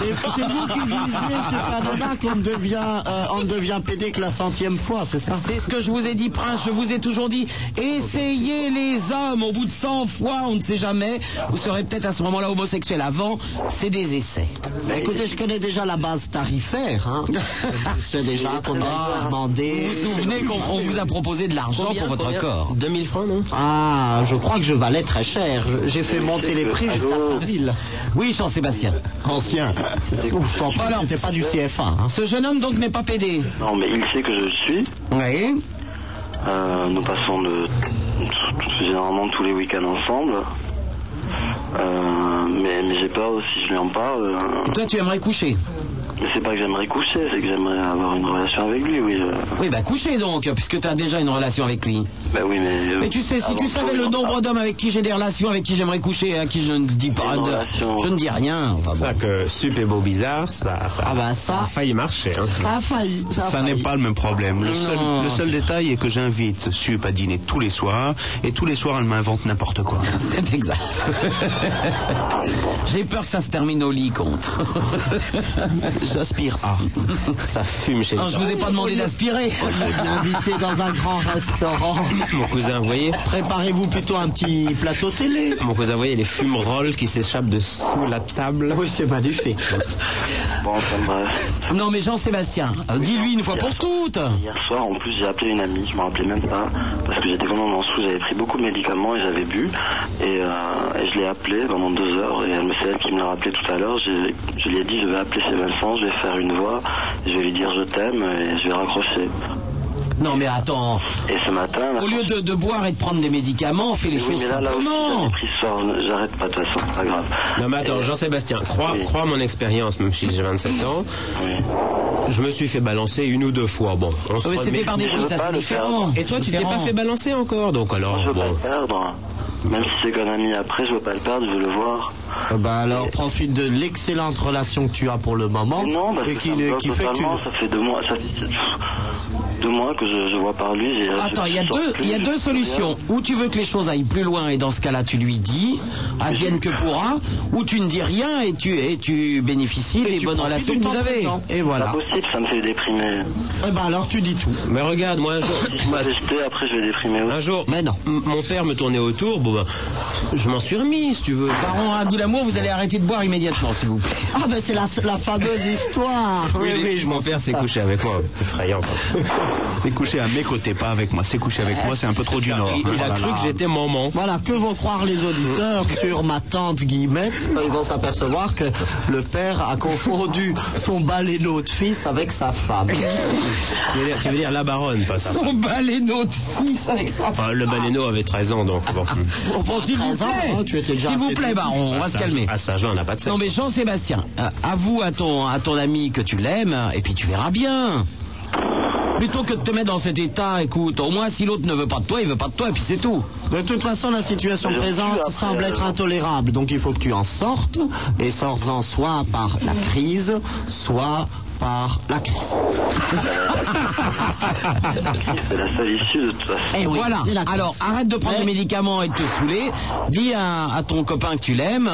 Speaker 3: Mais C'est vous qui disiez chez Panama qu'on devient, euh, on ne devient PD que la centième fois, c'est ça
Speaker 1: C'est ce que je vous ai dit, prince. Je vous ai toujours dit, essayez les hommes. Au bout de 100 fois, on ne sait jamais. Vous serez peut-être à ce moment-là homosexuel. Avant, c'est des essais.
Speaker 3: Bah, Écoutez, je connais déjà la base tarifaire.
Speaker 1: [laughs]
Speaker 3: Hein. je sais déjà combien il faut demander.
Speaker 1: Vous vous souvenez qu'on on vous a proposé de l'argent pour votre corps
Speaker 4: 2000 francs, non
Speaker 3: Ah, je crois que je valais très cher. Je- J'ai fait monter les prix jusqu'à 5000.
Speaker 1: Oui, Jean-Sébastien.
Speaker 5: Ancien.
Speaker 3: Ouf, je t'en parle,
Speaker 1: Alors,
Speaker 3: c'était pas du CFA. hein.
Speaker 1: Ce jeune homme donc n'est pas pédé.
Speaker 8: Non, mais il sait que je le suis.
Speaker 1: Oui.
Speaker 8: Euh, nous passons de, généralement tous les week-ends ensemble. Euh, mais mais j'ai peur si je lui en parle. euh,
Speaker 1: Toi, tu aimerais coucher.
Speaker 8: mais c'est pas que j'aimerais coucher, c'est que j'aimerais avoir une relation avec lui, oui. euh.
Speaker 1: Oui, bah coucher donc, puisque tu as déjà une relation avec lui.
Speaker 8: Bah oui, mais. euh,
Speaker 1: Mais tu sais, si
Speaker 8: avant
Speaker 1: tu
Speaker 8: tout,
Speaker 1: savais
Speaker 8: il
Speaker 1: le
Speaker 8: en
Speaker 1: nombre
Speaker 8: parle.
Speaker 1: d'hommes avec qui j'ai des relations, avec qui j'aimerais coucher, et à qui je ne dis pas,
Speaker 8: Une
Speaker 1: de-
Speaker 8: relation.
Speaker 1: je ne dis rien. [laughs] Enfin, bon.
Speaker 4: C'est ça que Sup et Beau Bizarre, ça, ça,
Speaker 3: Ah bah
Speaker 4: ça a
Speaker 3: ça,
Speaker 4: failli marcher. hein.
Speaker 3: ça a failli. Ça, a
Speaker 5: Ça
Speaker 3: failli.
Speaker 5: n'est pas le même problème. Le seul,
Speaker 1: Non,
Speaker 5: le seul
Speaker 1: Oh, c'est-
Speaker 5: détail est que j'invite Sup à dîner tous les soirs, et tous les soirs, elle m'invente n'importe quoi.
Speaker 1: [laughs] C'est exact. J'ai peur que ça se termine au lit, compte.
Speaker 4: [laughs]
Speaker 5: J'aspire à.
Speaker 4: Ça fume chez
Speaker 1: Non,
Speaker 4: les
Speaker 1: je vous ai pas demandé d'aspirer.
Speaker 3: Invité dans un grand restaurant.
Speaker 4: Mon cousin, vous voyez
Speaker 3: Préparez-vous plutôt un petit plateau télé.
Speaker 4: Mon cousin, vous voyez les fumerolles qui s'échappent de sous la table
Speaker 3: Oui, c'est magnifique.
Speaker 8: Bon, enfin bref.
Speaker 1: [laughs] Non, mais Jean-Sébastien, euh, dis-lui une fois pour toutes.
Speaker 8: Hier soir, en plus, j'ai appelé une amie, je me rappelais même pas, parce que j'étais complètement sous, j'avais pris beaucoup de médicaments et j'avais bu. Et, euh, et je l'ai appelée pendant deux heures, et elle me- c'est elle qui me l'a rappelé tout à l'heure. J'ai- Je lui ai dit, je vais appeler chez Vincent, je vais faire une voix, je vais lui dire je t'aime, et je vais raccrocher.
Speaker 1: Non, mais attends.
Speaker 8: Et ce matin, là,
Speaker 1: Au lieu de, de boire et de prendre des médicaments, fais les
Speaker 8: oui,
Speaker 1: choses
Speaker 8: mais là, là aussi,
Speaker 1: simplement.
Speaker 8: j'avais pris ce soir, j'arrête pas de toute façon, c'est pas grave.
Speaker 4: Non mais attends, Jean-Sébastien, crois,
Speaker 8: Oui.
Speaker 4: crois mon expérience, même si j'ai 27 ans,
Speaker 8: Oui.
Speaker 4: je me suis fait balancer une ou deux fois. Bon, on se
Speaker 1: Oui,
Speaker 4: remet-
Speaker 1: C'était par des
Speaker 8: je
Speaker 1: rues,
Speaker 8: veux
Speaker 1: ça
Speaker 8: pas
Speaker 1: c'est
Speaker 8: le
Speaker 1: différent.
Speaker 4: Et toi, tu t'es pas
Speaker 1: Différent.
Speaker 4: fait balancer encore, donc alors,
Speaker 8: Je veux pas
Speaker 4: bon.
Speaker 8: le perdre, même si c'est qu'un ami après, je veux pas le perdre, je veux le voir.
Speaker 3: Euh, Bah alors profite de l'excellente relation que tu as pour le moment
Speaker 8: Non, bah, parce
Speaker 3: et
Speaker 8: que
Speaker 3: qui,
Speaker 8: ça, me
Speaker 3: ne-
Speaker 8: bloque
Speaker 3: qui fait que tu...
Speaker 8: totalement, ça fait deux mois, ça fait pff, deux mois que je, je vois par lui. j'ai-
Speaker 1: Attends,
Speaker 8: je-
Speaker 1: il y, a
Speaker 8: je sors
Speaker 1: deux,
Speaker 8: plus,
Speaker 1: il y a
Speaker 8: je
Speaker 1: deux
Speaker 8: fais rien.
Speaker 1: solutions. Ou tu veux que les choses aillent plus loin et dans ce cas-là tu lui dis, advienne que pourra, ou tu ne dis rien et tu, et tu bénéficies
Speaker 3: et
Speaker 1: des
Speaker 3: tu
Speaker 1: bonnes
Speaker 3: profites
Speaker 1: relations
Speaker 3: du
Speaker 1: que
Speaker 3: temps
Speaker 1: vous avez.
Speaker 3: présent. Et
Speaker 8: Pas
Speaker 3: voilà.
Speaker 8: possible, ça me fait déprimer.
Speaker 3: Eh ben alors tu dis tout.
Speaker 4: Mais regarde, moi, un jour,
Speaker 8: Si je me
Speaker 4: moi,
Speaker 8: testais, après je vais déprimer
Speaker 4: un
Speaker 8: aussi.
Speaker 4: jour,
Speaker 3: Mais non.
Speaker 4: m- mon père me tournait autour, bon ben, je m'en suis remis, si tu veux.
Speaker 1: Baron à goût d'amour, vous allez arrêter de boire immédiatement, s'il vous plaît.
Speaker 3: Ah ben c'est la, la fameuse histoire. Oui, oui, je m'en
Speaker 4: mon père s'est couché avec moi, c'est effrayant. quoi.
Speaker 5: [laughs] C'est couché à mes côtés, pas avec moi. C'est couché avec moi, c'est un peu trop du Nord. hein. Oh
Speaker 4: Il, il a
Speaker 5: Voilà.
Speaker 4: cru que j'étais maman.
Speaker 3: Voilà, que vont croire les
Speaker 1: [laughs]
Speaker 3: auditeurs sur ma tante Guillemette Ils vont s'apercevoir que le père a confondu son baléno de fils avec sa
Speaker 1: [laughs]
Speaker 3: femme.
Speaker 4: Tu veux dire, tu veux dire la baronne, pas ça.
Speaker 1: On balai notre fils avec ça.
Speaker 4: Enfin, le baléno avait 13 ans, donc bon. Ah,
Speaker 3: Au
Speaker 1: Ah, S'il vous plaît,
Speaker 3: Oh, tu étais déjà
Speaker 1: s'il vous
Speaker 3: assez
Speaker 1: plaît,
Speaker 3: petit.
Speaker 1: Baron, on va te calmer.
Speaker 4: À Saint-Jean, on n'a pas de
Speaker 1: Non mais Jean-Sébastien, euh, avoue à ton, à ton ami que tu l'aimes et puis tu verras bien. Plutôt que de te mettre dans cet état, écoute, au moins si l'autre ne veut pas de toi, il veut pas de toi et puis c'est tout.
Speaker 3: De toute façon, la situation
Speaker 1: Mais je
Speaker 3: présente
Speaker 1: suis après, euh,
Speaker 3: semble être
Speaker 1: alors.
Speaker 3: intolérable, donc il faut que tu en sortes, et sors-en soit par la crise, soit par la
Speaker 1: [laughs]
Speaker 3: crise.
Speaker 8: C'est la seule issue de toute façon.
Speaker 3: Eh
Speaker 1: Et voilà. Alors arrête de prendre des médicaments et de te saouler. Dis à, à ton copain que tu l'aimes.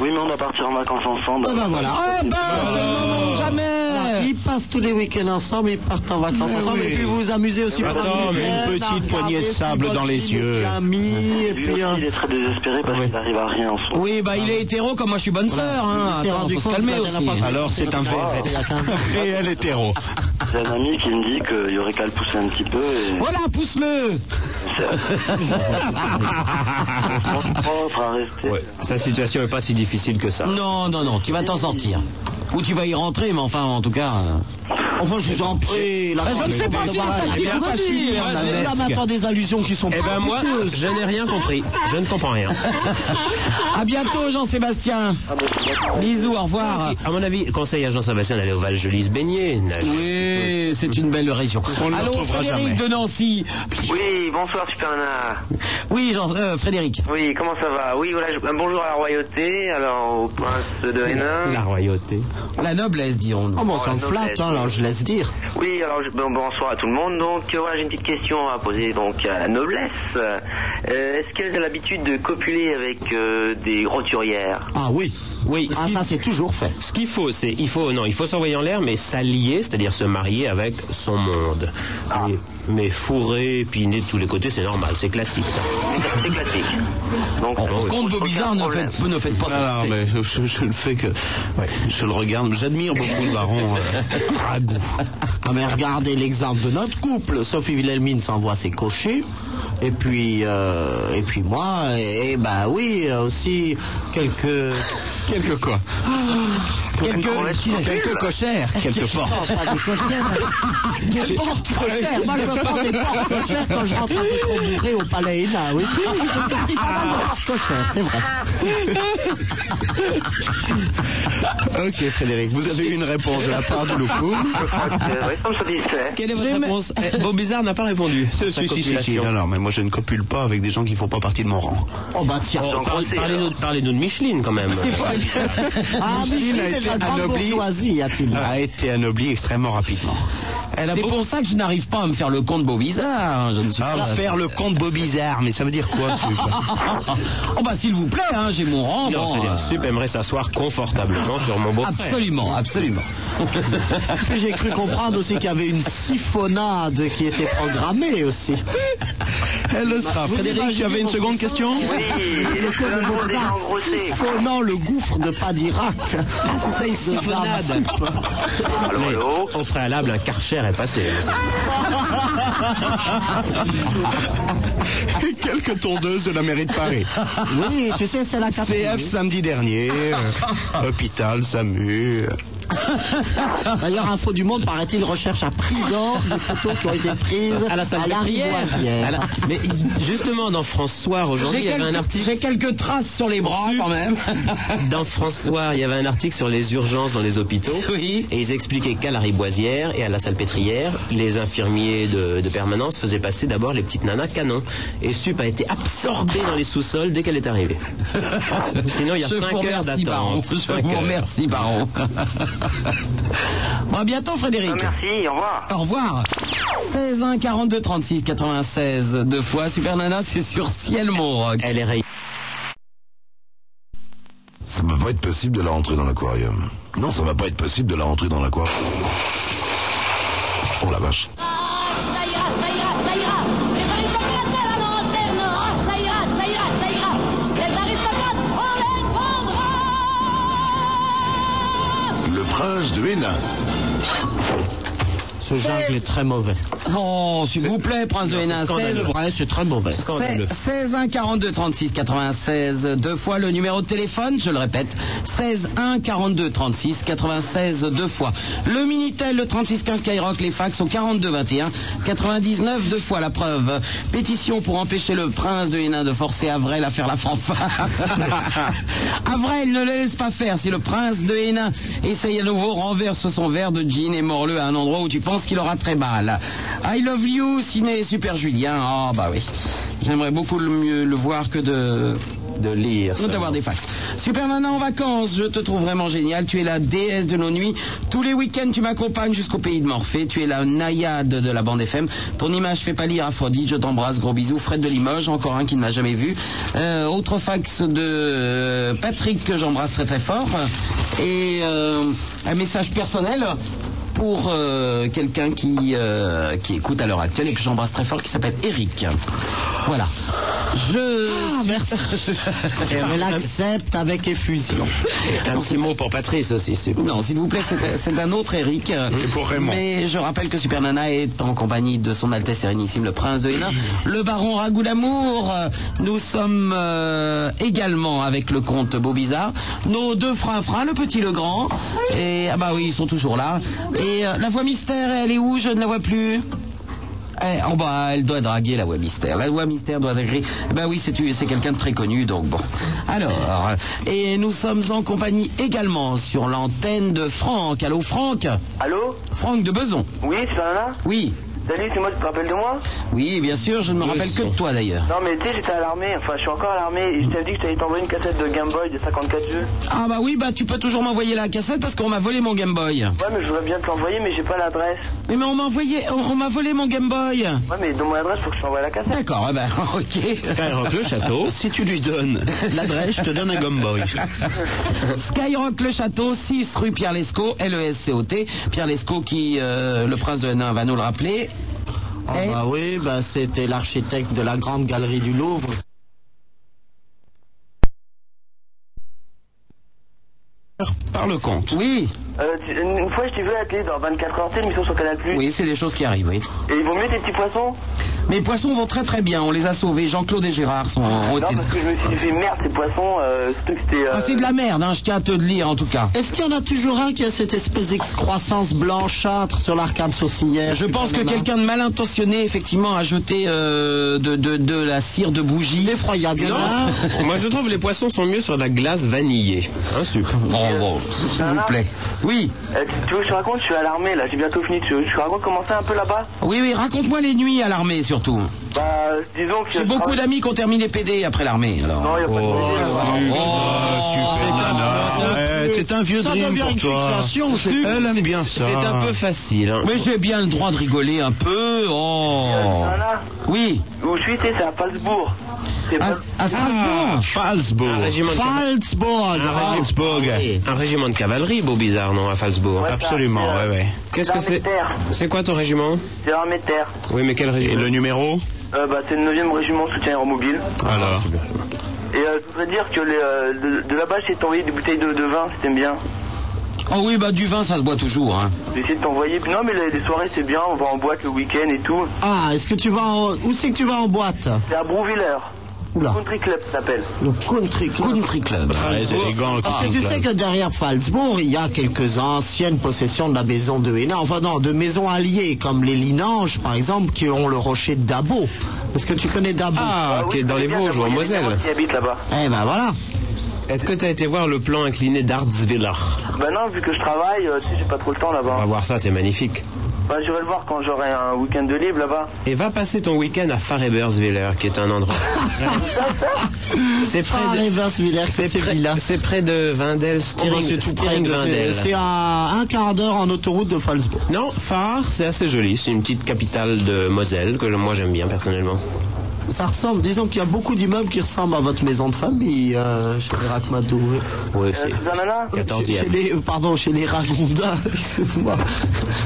Speaker 8: Oui, mais on va partir en vacances ensemble.
Speaker 3: Ah bah voilà.
Speaker 1: Ah bah, c'est le moment, jamais
Speaker 3: Ah,
Speaker 1: Eh
Speaker 3: Ils passent tous les week-ends ensemble, ils partent en vacances ensemble, et puis vous vous amusez aussi.
Speaker 5: Attends,
Speaker 3: pendant le
Speaker 5: mais une
Speaker 3: week-end,
Speaker 5: petite
Speaker 3: à
Speaker 5: poignée de
Speaker 3: regarder
Speaker 5: sable
Speaker 3: si
Speaker 5: dans les
Speaker 3: votre
Speaker 5: yeux. Mmh.
Speaker 3: petit ami, et
Speaker 8: Lui
Speaker 3: puis,
Speaker 8: aussi,
Speaker 3: hein.
Speaker 8: il est très désespéré parce qu'il n'arrive à rien en soi.
Speaker 1: Oui, bah il est hétéro comme moi je suis bonne sœur. Hein.
Speaker 8: s'est
Speaker 1: Attends,
Speaker 8: rendu
Speaker 1: faut se
Speaker 8: compte
Speaker 1: calmer
Speaker 8: la dernière
Speaker 1: aussi.
Speaker 8: fois que- Alors, c'est un vrai-
Speaker 5: [laughs] Réel
Speaker 3: Oh.
Speaker 5: hétéro.
Speaker 8: J'ai un ami qui me dit qu'il y aurait qu'à le pousser un petit peu et
Speaker 1: Voilà, pousse-le
Speaker 8: propre à rester.
Speaker 4: Sa situation est pas si difficile que ça.
Speaker 1: Non, non, non, tu vas t'en sortir. Ou tu vas y rentrer, mais enfin, en tout cas. euh,
Speaker 3: Enfin, Eh, je vous en prie.
Speaker 1: Bah, je ne sais pas Eh ben, hein, si la
Speaker 3: Eh,
Speaker 1: tactique va suivre.
Speaker 3: Là, maintenant, des allusions qui sont
Speaker 4: Eh
Speaker 3: pas
Speaker 4: ben moi,
Speaker 3: douteuses.
Speaker 4: je n'ai rien compris. Je ne comprends rien.
Speaker 1: [laughs] À bientôt, Jean-Sébastien. Bisous, au revoir.
Speaker 4: À mon avis, conseil à Jean-Sébastien d'aller au Val-Joly se baigner. nage.
Speaker 1: Oui, c'est une belle région.
Speaker 4: On le
Speaker 1: Allô,
Speaker 4: retrouvera
Speaker 1: Frédéric
Speaker 4: jamais.
Speaker 1: de Nancy.
Speaker 10: Oui, bonsoir Supernana.
Speaker 1: Oui, Jean, euh, Frédéric.
Speaker 10: Oui, comment ça va Oui, voilà, je- un bonjour à la royauté, alors au prince de Hénin.
Speaker 4: La royauté.
Speaker 1: La noblesse, dirons-nous.
Speaker 3: Oh, mais on
Speaker 10: Oh, la
Speaker 3: s'en flatte,
Speaker 10: noblesse.
Speaker 3: hein, alors je laisse dire.
Speaker 10: Oui, alors je- bon, bonsoir à tout le monde. Donc euh, voilà, j'ai une petite question à poser donc à la noblesse. Euh, Est-ce qu'elle a l'habitude de copuler avec euh, des roturières
Speaker 3: Ah oui.
Speaker 4: Oui.
Speaker 3: Ah, ça, c'est toujours fait.
Speaker 4: Ce qu'il faut, c'est il faut non, il faut s'envoyer en l'air, mais s'allier, c'est-à-dire se marier avec son monde.
Speaker 3: Ah.
Speaker 4: Mais, mais fourré, piné de tous les côtés, c'est normal, c'est classique. Ça.
Speaker 10: C'est classique. Donc,
Speaker 4: oui.
Speaker 1: Comte Beaubizarre, ne faites, ne faites pas ça.
Speaker 5: Alors, Ah, mais je, je- je le fais que. ouais, je le regarde. J'admire beaucoup le baron. euh, Ragout.
Speaker 3: Ah, mais regardez l'exemple de notre couple. Sophie Wilhelmine s'envoie ses cochers. Et puis, euh, et puis moi, et, et bah oui, euh, aussi quelques.
Speaker 5: Quelques quoi
Speaker 3: Quelques.
Speaker 5: Ah, Quelques cochères, quelques portes.
Speaker 3: Pas des cochères. Des portes cochères. Moi, je me prends des portes cochères quand je rentre un peu trop bourré au palais Hénin, oui. Je me pris pas mal de portes cochères, c'est vrai.
Speaker 5: Ok, Frédéric, vous avez une réponse de la part du loup.
Speaker 10: euh, oui, comme ça dit, c'est.
Speaker 4: Quelle est votre réponse Eh, Beaubizarre n'a pas répondu.
Speaker 5: Si,
Speaker 4: sur sa
Speaker 5: si, si, si, si.
Speaker 4: copulation.
Speaker 5: Non, non, mais moi je ne copule pas avec des gens qui ne font pas partie de mon rang.
Speaker 3: Oh, bah tiens.
Speaker 4: Bon,
Speaker 10: Donc,
Speaker 4: par-
Speaker 10: c'est-
Speaker 4: Parlez-nous parlez-nous de Micheline quand même. [laughs]
Speaker 3: Ah, mais
Speaker 5: Micheline a
Speaker 3: c'est
Speaker 5: été
Speaker 3: la grande
Speaker 5: anoblie.
Speaker 3: bourgeoisie, a-t-il.
Speaker 5: A été anobli extrêmement rapidement.
Speaker 4: Elle a
Speaker 1: C'est
Speaker 4: beau-
Speaker 1: pour ça que je n'arrive pas à me faire le compte Beaubizarre. hein, Je ne suis
Speaker 5: Ah,
Speaker 1: pas.
Speaker 5: faire le compte Bobizarre, mais ça veut dire quoi
Speaker 3: [laughs]
Speaker 5: ce truc-là
Speaker 1: Oh, bah, s'il vous plaît, hein, j'ai mon rang.
Speaker 4: Non,
Speaker 1: bon,
Speaker 4: c'est-à-dire,
Speaker 1: euh,
Speaker 4: Sup aimerait s'asseoir confortablement sur mon beau-frère.
Speaker 1: Absolument,
Speaker 3: [laughs]
Speaker 1: absolument.
Speaker 3: Puis j'ai cru comprendre aussi qu'il y avait une siphonade qui était programmée aussi.
Speaker 5: Elle le sera.
Speaker 3: Vous
Speaker 5: Frédéric,
Speaker 3: imaginez
Speaker 5: tu avais une
Speaker 3: mon
Speaker 5: seconde
Speaker 3: puissant
Speaker 5: question
Speaker 10: Oui,
Speaker 3: Le code
Speaker 10: le
Speaker 3: de
Speaker 10: monde est
Speaker 3: Mozart
Speaker 10: engrossé.
Speaker 3: siphonnant le gouffre de Padirac. Ah, c'est ça, une
Speaker 4: siphonade.
Speaker 10: Allô,
Speaker 4: Mais,
Speaker 10: allô
Speaker 4: au préalable, un karcher est passé.
Speaker 3: [laughs]
Speaker 5: Quelques tondeuses de la mairie de Paris.
Speaker 3: Oui, tu sais, c'est la
Speaker 5: CF
Speaker 3: catégorie.
Speaker 5: samedi dernier, euh, hôpital, SAMU.
Speaker 3: [laughs] D'ailleurs, Info du Monde, paraît-il, recherche à prix d'or des photos qui ont été prises à la,
Speaker 4: salle de prière.
Speaker 3: Riboisière.
Speaker 4: À la- Mais justement, dans François, aujourd'hui,
Speaker 1: J'ai
Speaker 4: il y avait un
Speaker 1: quelques,
Speaker 4: article.
Speaker 1: j'ai quelques traces sur les bras quand même.
Speaker 4: [laughs] Dans François, il y avait un article sur les urgences dans les hôpitaux.
Speaker 1: Oui.
Speaker 4: Et ils expliquaient qu'à la riboisière et à la salpêtrière, les infirmiers de, de permanence faisaient passer d'abord les petites nanas canon. Et Sup a été absorbée dans les sous-sols dès qu'elle est
Speaker 1: [laughs]
Speaker 4: arrivée. [laughs] Sinon, il y a
Speaker 1: Je
Speaker 4: 5
Speaker 1: vous
Speaker 4: heures
Speaker 1: remercie,
Speaker 4: [laughs]
Speaker 1: Baron.
Speaker 4: d'attente.
Speaker 1: Je
Speaker 4: Cinq
Speaker 1: vous
Speaker 4: heures.
Speaker 1: remercie, Baron. [laughs] bon, à bientôt, Frédéric.
Speaker 10: Ah, Merci, au revoir.
Speaker 1: Au revoir. 16 1 42 36 96 deux fois Super Nana c'est sur Ciel mon rock.
Speaker 4: Elle est rayée.
Speaker 11: Ça va pas être possible de la rentrer dans l'aquarium. Non, ça va pas être possible de la rentrer dans l'aquarium. Oh la vache.
Speaker 9: Ah, ça ira, ça ira, ça ira. Les aristocrates à la lanterne. Ah, ça ira, ça ira, ça ira. Les aristocrates, on les prendra.
Speaker 11: Le prince de Hénin.
Speaker 3: Ce jungle est très mauvais.
Speaker 1: Oh, s'il vous plaît, Prince de
Speaker 3: Non, c'est
Speaker 1: Hénin,
Speaker 3: E scandaleux.
Speaker 1: 16.
Speaker 3: Ouais, c'est très mauvais.
Speaker 1: C'est-
Speaker 3: Scandaleux.
Speaker 1: 16 1 42 36 96, deux fois le numéro de téléphone, je le répète, 16 1 42 36 96, deux fois. Le Minitel, le 36 15 Skyrock, les fax au 42 21 99, deux fois la preuve. Pétition pour empêcher le prince de Hénin de forcer Avrel à faire la fanfare. Avrel ne le laisse pas faire. Si le prince de Hénin essaye à nouveau, renverse son verre de gin et mord-le à un endroit où tu penses qu'il aura très mal. I love you, ciné Super Julien. Oh bah oui. J'aimerais beaucoup le mieux le voir que de.
Speaker 4: De lire.
Speaker 1: Ou d'avoir des fax. Super Nana en vacances, je te trouve vraiment génial. Tu es la déesse de nos nuits. Tous les week-ends, tu m'accompagnes jusqu'au pays de Morphée. Tu es la naïade de la bande FM. Ton image fait pâlir Aphrodite. Je t'embrasse. Gros bisous. Fred de Limoges, encore un qui ne m'a jamais vu. Euh, autre fax de euh, Patrick que j'embrasse très très fort. Et euh, un message personnel pour euh, quelqu'un qui, euh, qui écoute à l'heure actuelle et que j'embrasse très fort, qui s'appelle Eric. Voilà. Je. [laughs]
Speaker 3: merci. Je l'accepte avec effusion.
Speaker 4: Un petit mot pour Patrice aussi, s'il
Speaker 1: Non, s'il vous plaît, c'est- c'est un autre Eric.
Speaker 5: pour Raymond.
Speaker 1: Mais je rappelle que Super Nana est en compagnie de son Altesse Sérénissime, le Prince de Hénin, le Baron Ragout d'Amour. Nous sommes euh, également avec le comte Beaubizarre, nos deux frinfrins, le petit et le grand. Et ah bah oui, ils sont toujours là. Et euh, la voix mystère, elle est où Je ne la vois plus. Eh, en bas, elle doit draguer la voix mystère. La voix mystère doit draguer. Ben oui, c'est c'est quelqu'un de très connu, donc bon. Alors, et nous sommes en compagnie également sur l'antenne de Franck. Allô, Franck
Speaker 10: Allô
Speaker 1: Franck de Beson.
Speaker 10: Oui, c'est ça là
Speaker 1: Oui.
Speaker 10: Salut, c'est moi, tu te rappelles de moi
Speaker 1: Oui, bien sûr, je ne me rappelle que de toi d'ailleurs.
Speaker 10: Non, mais tu sais, j'étais à l'armée, enfin, je suis encore à l'armée, et je t'avais dit que je t'avais envoyé une cassette de Game Boy de 54 jeux.
Speaker 1: Ah bah oui, bah tu peux toujours m'envoyer la cassette parce qu'on m'a volé mon Game Boy.
Speaker 10: Ouais, mais je voudrais bien te l'envoyer, mais j'ai pas l'adresse.
Speaker 1: Mais, mais on m'a envoyé, on, on m'a volé mon Game Boy.
Speaker 10: Ouais, mais dans mon adresse, faut que je t'envoie la cassette.
Speaker 1: D'accord, ah bah [laughs] ok.
Speaker 4: Skyrock le château.
Speaker 5: Si tu lui donnes l'adresse, je te donne un gumboy.
Speaker 1: Skyrock le château, 6 rue Pierre Lescaut, E L-E-S-C-O-T. Pierre Lescaut qui, euh, le prince de Hénin va nous le rappeler,
Speaker 3: Ah bah oui, bah c'était l'architecte de la grande galerie du Louvre.
Speaker 5: Par le compte.
Speaker 1: Oui.
Speaker 10: Euh, tu- une une fois, je t'ai vu atteler dans 24 heures, tu sais, l'émission sur Canal Plus.
Speaker 1: Oui, c'est des choses qui arrivent, oui.
Speaker 10: Et ils vont mieux tes petits poissons
Speaker 1: Mes poissons vont très très bien, on les a sauvés. Jean-Claude et Gérard sont ont
Speaker 10: Non,
Speaker 1: été-
Speaker 10: parce que je me suis dit, merde, ces poissons, euh, surtout que c'était. euh,
Speaker 1: Ah, c'est de la merde, hein, je tiens à te le dire en tout cas.
Speaker 3: Est-ce qu'il y en a toujours un qui a cette espèce d'excroissance blanchâtre sur l'arcade sourcilière
Speaker 1: Je pense que quelqu'un de mal intentionné, effectivement, a jeté euh, de, de, de la cire de bougie.
Speaker 3: Effroyable. Il y en a un-
Speaker 4: Moi, je trouve les poissons sont mieux sur de la glace vanillée. Hein, sucre.
Speaker 1: Bon, Oh, bon, s'il vous plaît. Oui,
Speaker 10: euh, tu, tu veux que je te raconte Je suis à l'armée, là, j'ai bientôt fini. Tu veux que je te raconte comment c'est un peu là-bas
Speaker 1: oui, oui, raconte-moi les nuits à l'armée surtout.
Speaker 10: Bah, disons que.
Speaker 1: J'ai beaucoup d'amis qui ont terminé PD après l'armée, alors.
Speaker 10: Non, y a pas de
Speaker 5: Ouais, c'est un vieux
Speaker 3: Ça
Speaker 5: dream
Speaker 3: devient
Speaker 5: pour
Speaker 3: une
Speaker 5: toi.
Speaker 3: fixation, c'est-
Speaker 5: Elle aime bien ça.
Speaker 4: C'est un peu facile. hein.
Speaker 1: Mais j'ai bien le droit de rigoler un peu. Oh.
Speaker 10: Voilà.
Speaker 1: Oui,
Speaker 10: Où je suis, tu sais, c'est à Palsbourg. C'est
Speaker 1: à,
Speaker 10: pas-
Speaker 1: à Strasbourg.
Speaker 4: Un
Speaker 5: Falsbourg.
Speaker 4: régiment de cavalerie.
Speaker 1: Ah,
Speaker 3: Salzbourg.
Speaker 5: Falsbourg.
Speaker 4: Un régiment de cavalerie, beau bizarre, non, à Falsbourg.
Speaker 10: Ouais,
Speaker 5: Absolument,
Speaker 10: ça,
Speaker 5: ouais,
Speaker 10: c'est, euh,
Speaker 5: ouais.
Speaker 4: Qu'est-ce que
Speaker 10: l'armée
Speaker 4: c'est
Speaker 10: de terre.
Speaker 4: C'est quoi ton régiment
Speaker 10: C'est l'armée de terre.
Speaker 4: Oui, mais quel
Speaker 5: Et
Speaker 4: régiment
Speaker 5: le numéro
Speaker 10: Euh, bah, c'est le 9e régiment de soutien aéromobile.
Speaker 5: Alors.
Speaker 10: Et euh, je voudrais dire que les, euh, de, de là-bas, j'ai t'envoyé des bouteilles de, de vin, si t'aimes bien.
Speaker 1: Oh oui, bah du vin, ça se boit toujours. Hein.
Speaker 10: J'ai essayé de t'envoyer. Puis Non, mais les, les soirées, c'est bien, on va en boîte le week-end et tout.
Speaker 3: Ah, est-ce que tu vas en... Où c'est que tu vas en boîte
Speaker 10: C'est à Brouvillers.
Speaker 3: Oula.
Speaker 10: Country Club ça s'appelle.
Speaker 3: Le country club.
Speaker 1: Country Club.
Speaker 5: Ouais, c'est élégant, le
Speaker 3: Parce que tu sais que derrière Falzbourg, il y a quelques anciennes possessions de la maison de Hénin, enfin non, de maisons alliées, comme les Linanges, par exemple, qui ont le rocher de Dabo. Est-ce que tu connais Dabo
Speaker 4: Ah,
Speaker 10: oui,
Speaker 4: qui est dans
Speaker 10: c'est
Speaker 4: les
Speaker 10: bien,
Speaker 4: Vosges ou en
Speaker 10: d'abord, il y a des
Speaker 4: Moselle.
Speaker 10: gens qui habitent là-bas.
Speaker 3: Eh ben voilà.
Speaker 4: Est-ce que tu as été voir le plan incliné d'Artsviller
Speaker 10: Bah non, vu que je travaille, euh, tu sais, j'ai pas trop le temps
Speaker 4: On va
Speaker 10: là-bas.
Speaker 4: voir ça, c'est magnifique.
Speaker 10: Bah, j'irai le voir quand j'aurai un week-end de libre là-bas.
Speaker 4: Et va passer ton week-end à Farebersviller, qui est un endroit. c'est
Speaker 3: Ah,
Speaker 4: près de...
Speaker 3: Reversviller,
Speaker 4: C'est
Speaker 3: c'est
Speaker 4: près,
Speaker 3: Séville.
Speaker 4: c'est près de Vindel,
Speaker 3: Oh, bah,
Speaker 4: Steering,
Speaker 3: c'est tout près
Speaker 4: Steering
Speaker 3: de-
Speaker 4: Vindel.
Speaker 3: C'est à un quart d'heure en autoroute de Falzbourg.
Speaker 4: Non, Phare, c'est assez joli. C'est une petite capitale de Moselle que je- moi j'aime bien personnellement.
Speaker 3: Ça ressemble, disons qu'il y a beaucoup d'immeubles qui ressemblent à votre maison de famille, euh, chez les Rachmadou.
Speaker 4: Oui,
Speaker 10: Euh,
Speaker 4: c'est
Speaker 10: Zanana
Speaker 4: 14
Speaker 3: [laughs] Chez les, euh, pardon, chez les Ragondins, excuse-moi.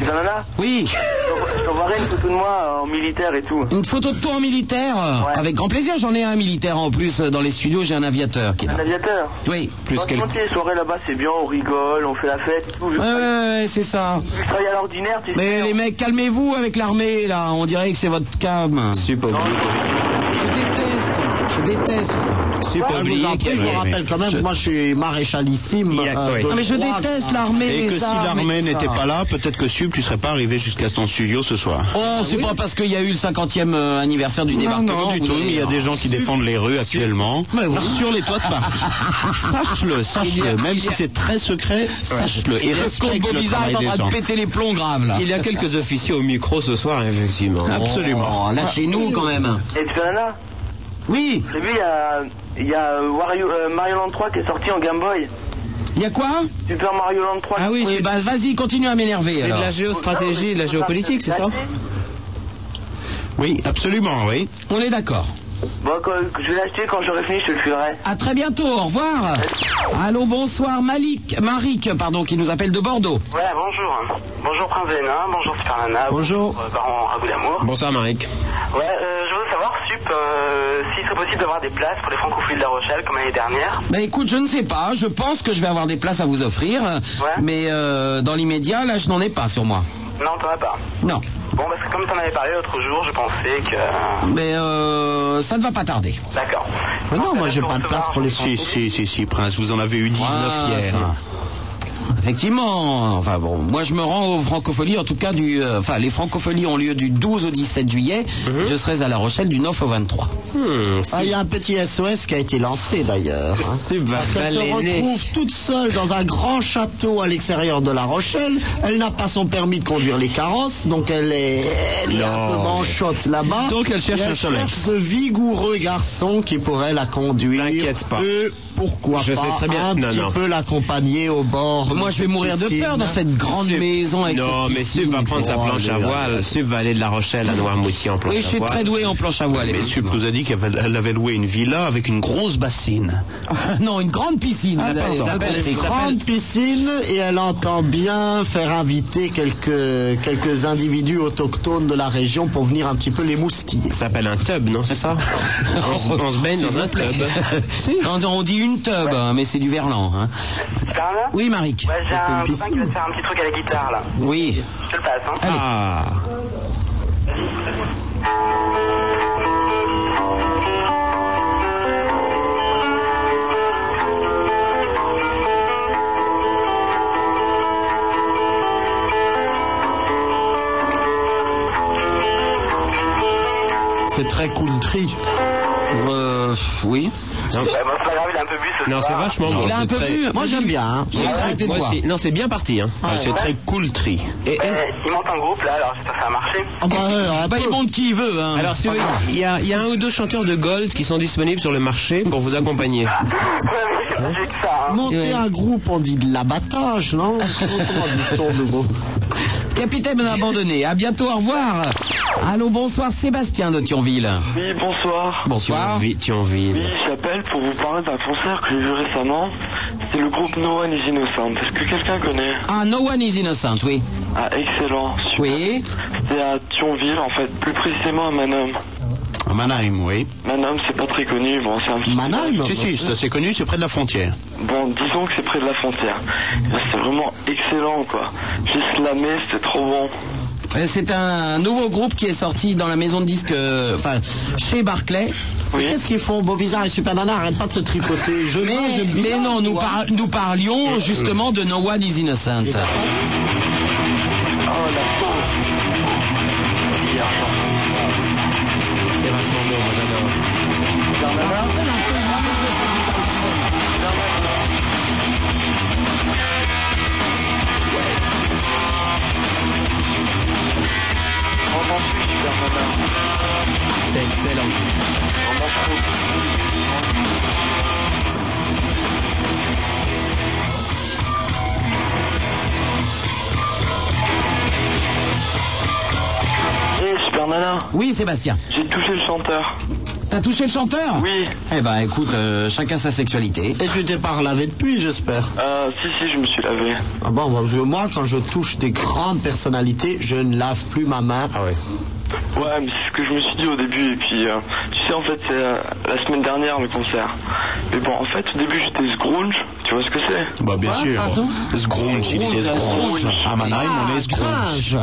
Speaker 10: Zanana
Speaker 1: Oui.
Speaker 10: Je t'enverrai une photo de moi euh, en militaire et tout.
Speaker 1: Une photo de toi en militaire euh, Avec grand plaisir, j'en ai un militaire en plus euh, dans les studios, j'ai un aviateur qui est là.
Speaker 10: Un aviateur
Speaker 1: Oui. Plus
Speaker 10: Franchement, tu sais, les soirées là-bas, c'est bien, on rigole, on fait la fête et tout. Je,
Speaker 1: Ouais, ouais, ouais, c'est ça.
Speaker 10: je travaille à l'ordinaire, tu
Speaker 1: Mais les mecs, calmez-vous avec l'armée, là. On dirait que c'est votre cam.
Speaker 4: Super
Speaker 1: Je déteste. Je déteste ça.
Speaker 3: Ah, je vous en prie, je vous rappelle quand même,
Speaker 1: Je-
Speaker 3: moi je suis maréchalissime. euh, de
Speaker 1: Ah, mais je
Speaker 3: droite.
Speaker 1: déteste l'armée,
Speaker 5: Et
Speaker 1: les
Speaker 5: que si
Speaker 1: armes et
Speaker 5: l'armée
Speaker 1: tout ça.
Speaker 5: n'était pas là, peut-être que Sub, tu serais pas arrivé jusqu'à ton studio ce soir.
Speaker 1: Oh, c'est pas parce qu'il y a eu le 50e euh, anniversaire du
Speaker 5: Non,
Speaker 1: débarquement.
Speaker 5: non, du
Speaker 1: vous hein.
Speaker 5: tout.
Speaker 1: allez-
Speaker 5: Il y a des gens qui défendent les rues actuellement sur les toits
Speaker 1: [laughs]
Speaker 5: de Paris. Sache-le, sache-le. Même si c'est très secret, sache-le. Et respecte le travail des gens.
Speaker 1: les plombs graves là.
Speaker 4: Il y a [laughs] quelques officiers au micro ce soir, effectivement.
Speaker 5: Absolument.
Speaker 1: Oh, lâchez-nous quand même.
Speaker 10: Et tu es là
Speaker 1: Oui
Speaker 10: J'ai vu, il y a, il y a euh, Wario, euh, Mario Land 3 qui est sorti en Game Boy.
Speaker 1: Il y a quoi
Speaker 10: Super Mario Land 3.
Speaker 1: Ah oui, c'est- bah, vas-y, continue à m'énerver.
Speaker 10: C'est de
Speaker 1: alors.
Speaker 10: la géostratégie, de la géopolitique, c'est ça
Speaker 5: Oui, absolument, oui.
Speaker 1: On est d'accord.
Speaker 10: Bon, quand- je vais l'acheter, quand j'aurai fini, je te le filerai.
Speaker 1: À très bientôt, au revoir. Allô, bonsoir, Malik, Marik, pardon, qui nous appelle de Bordeaux.
Speaker 12: Voilà, bonjour. Bonjour Prince Bénin, bonjour Super Nana.
Speaker 1: Bonjour.
Speaker 12: euh, Baron Ragout d'Amour.
Speaker 4: Bonsoir, Marek.
Speaker 12: Ouais, euh, je veux savoir, Sup, euh, s'il serait possible d'avoir des places pour les francophiles de La Rochelle comme l'année dernière.
Speaker 1: Bah écoute, je ne sais pas, je pense que je vais avoir des places à vous offrir, euh, mais euh, dans l'immédiat, là, je n'en ai pas sur moi.
Speaker 12: Non, t'en as pas.
Speaker 1: Non,
Speaker 12: Bon, parce que comme t'en avais parlé l'autre jour, je pensais que.
Speaker 1: mais euh, ça ne va pas tarder.
Speaker 12: D'accord.
Speaker 3: Mais non, moi j'ai pas de place pour les
Speaker 5: Si, si, si, si, Prince, vous en avez eu 19
Speaker 1: Ah,
Speaker 5: hier.
Speaker 1: ça. Effectivement, enfin bon, moi je me rends aux francopholies, en tout cas du, euh, enfin les francopholies ont lieu du 12 au 17 juillet, je serai à La Rochelle du 9 au 23.
Speaker 5: Hmm,
Speaker 3: Ah, il y a un petit SOS qui a été lancé d'ailleurs. hein.
Speaker 4: Sub va
Speaker 3: Parce qu'elle se
Speaker 4: balayer.
Speaker 3: retrouve toute seule dans un grand château à l'extérieur de La Rochelle. Elle n'a pas son permis de conduire les carrosses, donc elle est, elle est un peu manchotte là-bas.
Speaker 5: Donc, elle cherche
Speaker 3: Et
Speaker 5: un Solex.
Speaker 3: cherche de vigoureux garçons qui pourraient la conduire.
Speaker 5: T'inquiète pas.
Speaker 3: Et pourquoi
Speaker 5: Je
Speaker 3: pas
Speaker 5: sais très bien.
Speaker 3: un
Speaker 5: Non,
Speaker 3: petit
Speaker 5: non.
Speaker 3: peu l'accompagner au bord.
Speaker 1: Moi,
Speaker 3: de
Speaker 1: je vais
Speaker 3: cette
Speaker 1: mourir de
Speaker 3: piscine.
Speaker 1: peur dans cette grande
Speaker 4: Sub-
Speaker 1: maison avec
Speaker 4: Non,
Speaker 1: cette
Speaker 4: mais
Speaker 1: piscine.
Speaker 4: Sub va prendre sa
Speaker 1: Oh,
Speaker 4: planche à
Speaker 1: mais-
Speaker 4: voile. Sub va aller de La Rochelle à Noirmoutier en planche
Speaker 1: Oui,
Speaker 4: à
Speaker 1: je suis
Speaker 4: voile.
Speaker 1: très doué en planche à voile.
Speaker 5: Mais Sup nous a dit qu'elle avait- elle avait loué une villa avec une grosse bassine.
Speaker 1: [laughs] non, une grande piscine.
Speaker 3: Ah,
Speaker 1: vous avez-
Speaker 3: pardon.
Speaker 1: vous avez compris.
Speaker 3: Une grande piscine et elle entend bien faire inviter quelques, quelques individus autochtones de la région pour venir un petit peu les moustiller.
Speaker 4: Ça s'appelle un tub, non
Speaker 3: [laughs]
Speaker 4: C'est ça on, se- on se baigne dans un tub.
Speaker 1: [laughs] On on dit une tub, hein, mais c'est du verlan. hein. Oui, Marik.
Speaker 12: Ouais, j'ai
Speaker 1: C'est
Speaker 12: un
Speaker 1: une
Speaker 12: copain qui va te faire un petit truc à la guitare là.
Speaker 1: Oui.
Speaker 12: Je te le passe, hein.
Speaker 4: Ah.
Speaker 3: C'est très country.
Speaker 1: Euh, oui.
Speaker 4: Non,
Speaker 1: Bah
Speaker 4: Non, c'est vachement bon.
Speaker 3: Il a un
Speaker 4: C'est
Speaker 3: peu
Speaker 4: très-
Speaker 3: vu. Moi j'aime bien. hein.
Speaker 4: C'est très-
Speaker 3: Arrêtez de
Speaker 4: moi
Speaker 3: voir.
Speaker 4: aussi. Non, c'est bien parti. Hein.
Speaker 5: Ah, c'est très cool tri.
Speaker 4: Et est-ce-
Speaker 12: Euh, il monte un groupe là, alors j'espère que ça a marché.
Speaker 3: Ah bah, euh, un
Speaker 1: Bah,
Speaker 3: peu.
Speaker 1: il monte qui il veut. Hein.
Speaker 4: Alors, si vous- il y, a il y a un ou deux chanteurs de Gold qui sont disponibles sur le marché pour vous accompagner.
Speaker 3: Monter
Speaker 1: Ouais.
Speaker 3: un groupe, on dit de l'abattage,
Speaker 12: [laughs]
Speaker 3: non Comment dit-on de groupe
Speaker 1: Capitaine abandonné, à bientôt, au revoir. Allô, bonsoir, Sébastien de Thionville.
Speaker 10: Oui, bonsoir.
Speaker 4: Tu en
Speaker 1: Bonsoir.
Speaker 4: vis- tu en vis.
Speaker 10: Oui, j'appelle pour vous parler d'un concert que j'ai vu récemment. C'est le groupe No One is Innocent. Est-ce que quelqu'un connaît
Speaker 1: Ah, no one is innocent, oui.
Speaker 10: Ah, excellent. Super.
Speaker 1: Oui.
Speaker 10: C'était à Thionville, en fait, plus précisément à Manom.
Speaker 5: À Mannheim, oui.
Speaker 10: Manom, c'est pas très connu, bon, c'est un petit...
Speaker 3: Mannheim
Speaker 5: Si, si, c'est assez connu, c'est près de la frontière.
Speaker 10: Bon, disons que c'est près de la frontière. Là, C'est vraiment excellent, quoi. J'ai slamé, c'était trop bon.
Speaker 1: Euh, C'est un nouveau groupe qui est sorti dans la maison de disques, euh, enfin, chez Barclay.
Speaker 10: Oui.
Speaker 3: Qu'est-ce qu'ils font Beau visage et Super Nana, arrête pas de se tripoter. Je
Speaker 1: Mais,
Speaker 3: veux, je vis
Speaker 1: mais
Speaker 3: là,
Speaker 1: non, nous,
Speaker 3: toi.
Speaker 1: par- nous parlions justement de No One is Innocent.
Speaker 10: Oh, la pauvre. Hier,
Speaker 4: C'est vachement bon, moi j'adore.
Speaker 3: Ça me rappelle un peu le
Speaker 10: j'en entends plus, super nana.
Speaker 4: C'est excellent.
Speaker 10: J'en entends trop. Eh, super nana,
Speaker 1: Oui, Sébastien.
Speaker 10: j'ai touché le chanteur.
Speaker 1: T'as touché le chanteur
Speaker 13: Oui.
Speaker 1: Eh ben écoute, euh, chacun sa sexualité.
Speaker 3: Et tu t'es pas relavé depuis, j'espère
Speaker 13: Euh, si, si, je me suis lavé.
Speaker 3: Ah bon, parce que moi, quand je touche des grandes personnalités, je ne lave plus ma main.
Speaker 4: Ah ouais.
Speaker 13: Ouais, mais c'est ce que je me suis dit au début. Et puis, euh, tu sais, en fait, c'est euh, la semaine dernière, le concert. Mais bon, en fait, au début, j'étais grunge. Tu vois ce que c'est
Speaker 5: Bah, bien
Speaker 13: Quoi,
Speaker 5: sûr.
Speaker 13: pardon
Speaker 5: Sgrunge, il était
Speaker 13: Sgrunge.
Speaker 5: Sgrunge. À Mannheim, on est Sgrunge.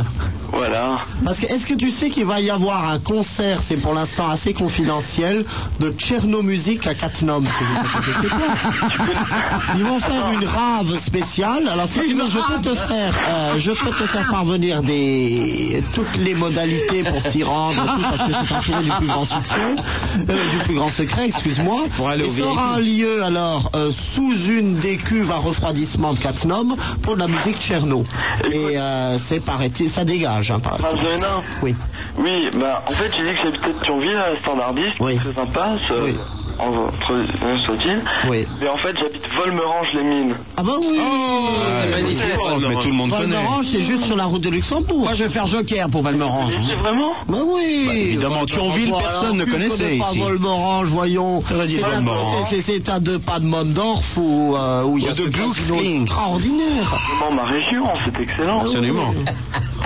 Speaker 13: Voilà.
Speaker 3: Parce que est-ce que tu sais qu'il va y avoir un concert, c'est pour l'instant assez confidentiel, de Tcherno Music à Katnom si vous savez ce que c'est. Ils vont faire une rave spéciale. Alors si tu veux, je peux te faire, euh, je peux te faire parvenir des toutes les modalités pour s'y rendre, tout, parce que c'est entouré du plus grand succès, euh, du plus grand secret, excuse-moi.
Speaker 4: Pour aller au
Speaker 3: Et ça aura
Speaker 4: VIP.
Speaker 3: un lieu alors euh, sous une des cuves à refroidissement de Katnom pour de la musique Tcherno. Et euh, c'est paraît-il, ça dégage, hein, paraît-il.
Speaker 13: Mazoena
Speaker 3: Oui.
Speaker 13: Oui, bah, en fait, j'ai dit que j'habitais de Thionville, à Standardiste. Très sympa, ce- entre euh, soit-il.
Speaker 3: Oui.
Speaker 13: Mais en fait, j'habite Volmerange-les-Mines.
Speaker 3: Ah bah oui
Speaker 13: Oh, c'est magnifique.
Speaker 5: mais tout le monde connaît.
Speaker 3: Valmerange, c'est juste sur la route de Luxembourg. Moi,
Speaker 1: je vais faire Joker pour Valmerange.
Speaker 13: vraiment
Speaker 3: Bah oui
Speaker 5: Bah, évidemment,
Speaker 3: Bah,
Speaker 5: Thionville,
Speaker 3: alors,
Speaker 5: personne ne
Speaker 3: tu
Speaker 5: connaissait
Speaker 3: connais pas
Speaker 5: ici.
Speaker 3: Valmerange, voyons.
Speaker 5: T'aurais dit
Speaker 3: C'est à-
Speaker 5: Valmerange.
Speaker 3: c'est- c'est- C'est à deux pas de Mondorf où, euh, où il y a
Speaker 5: Ou de
Speaker 3: ce casino
Speaker 5: Glücksring.
Speaker 3: extraordinaire.
Speaker 13: Dans ma région, c'est excellent.
Speaker 4: Absolument. [laughs]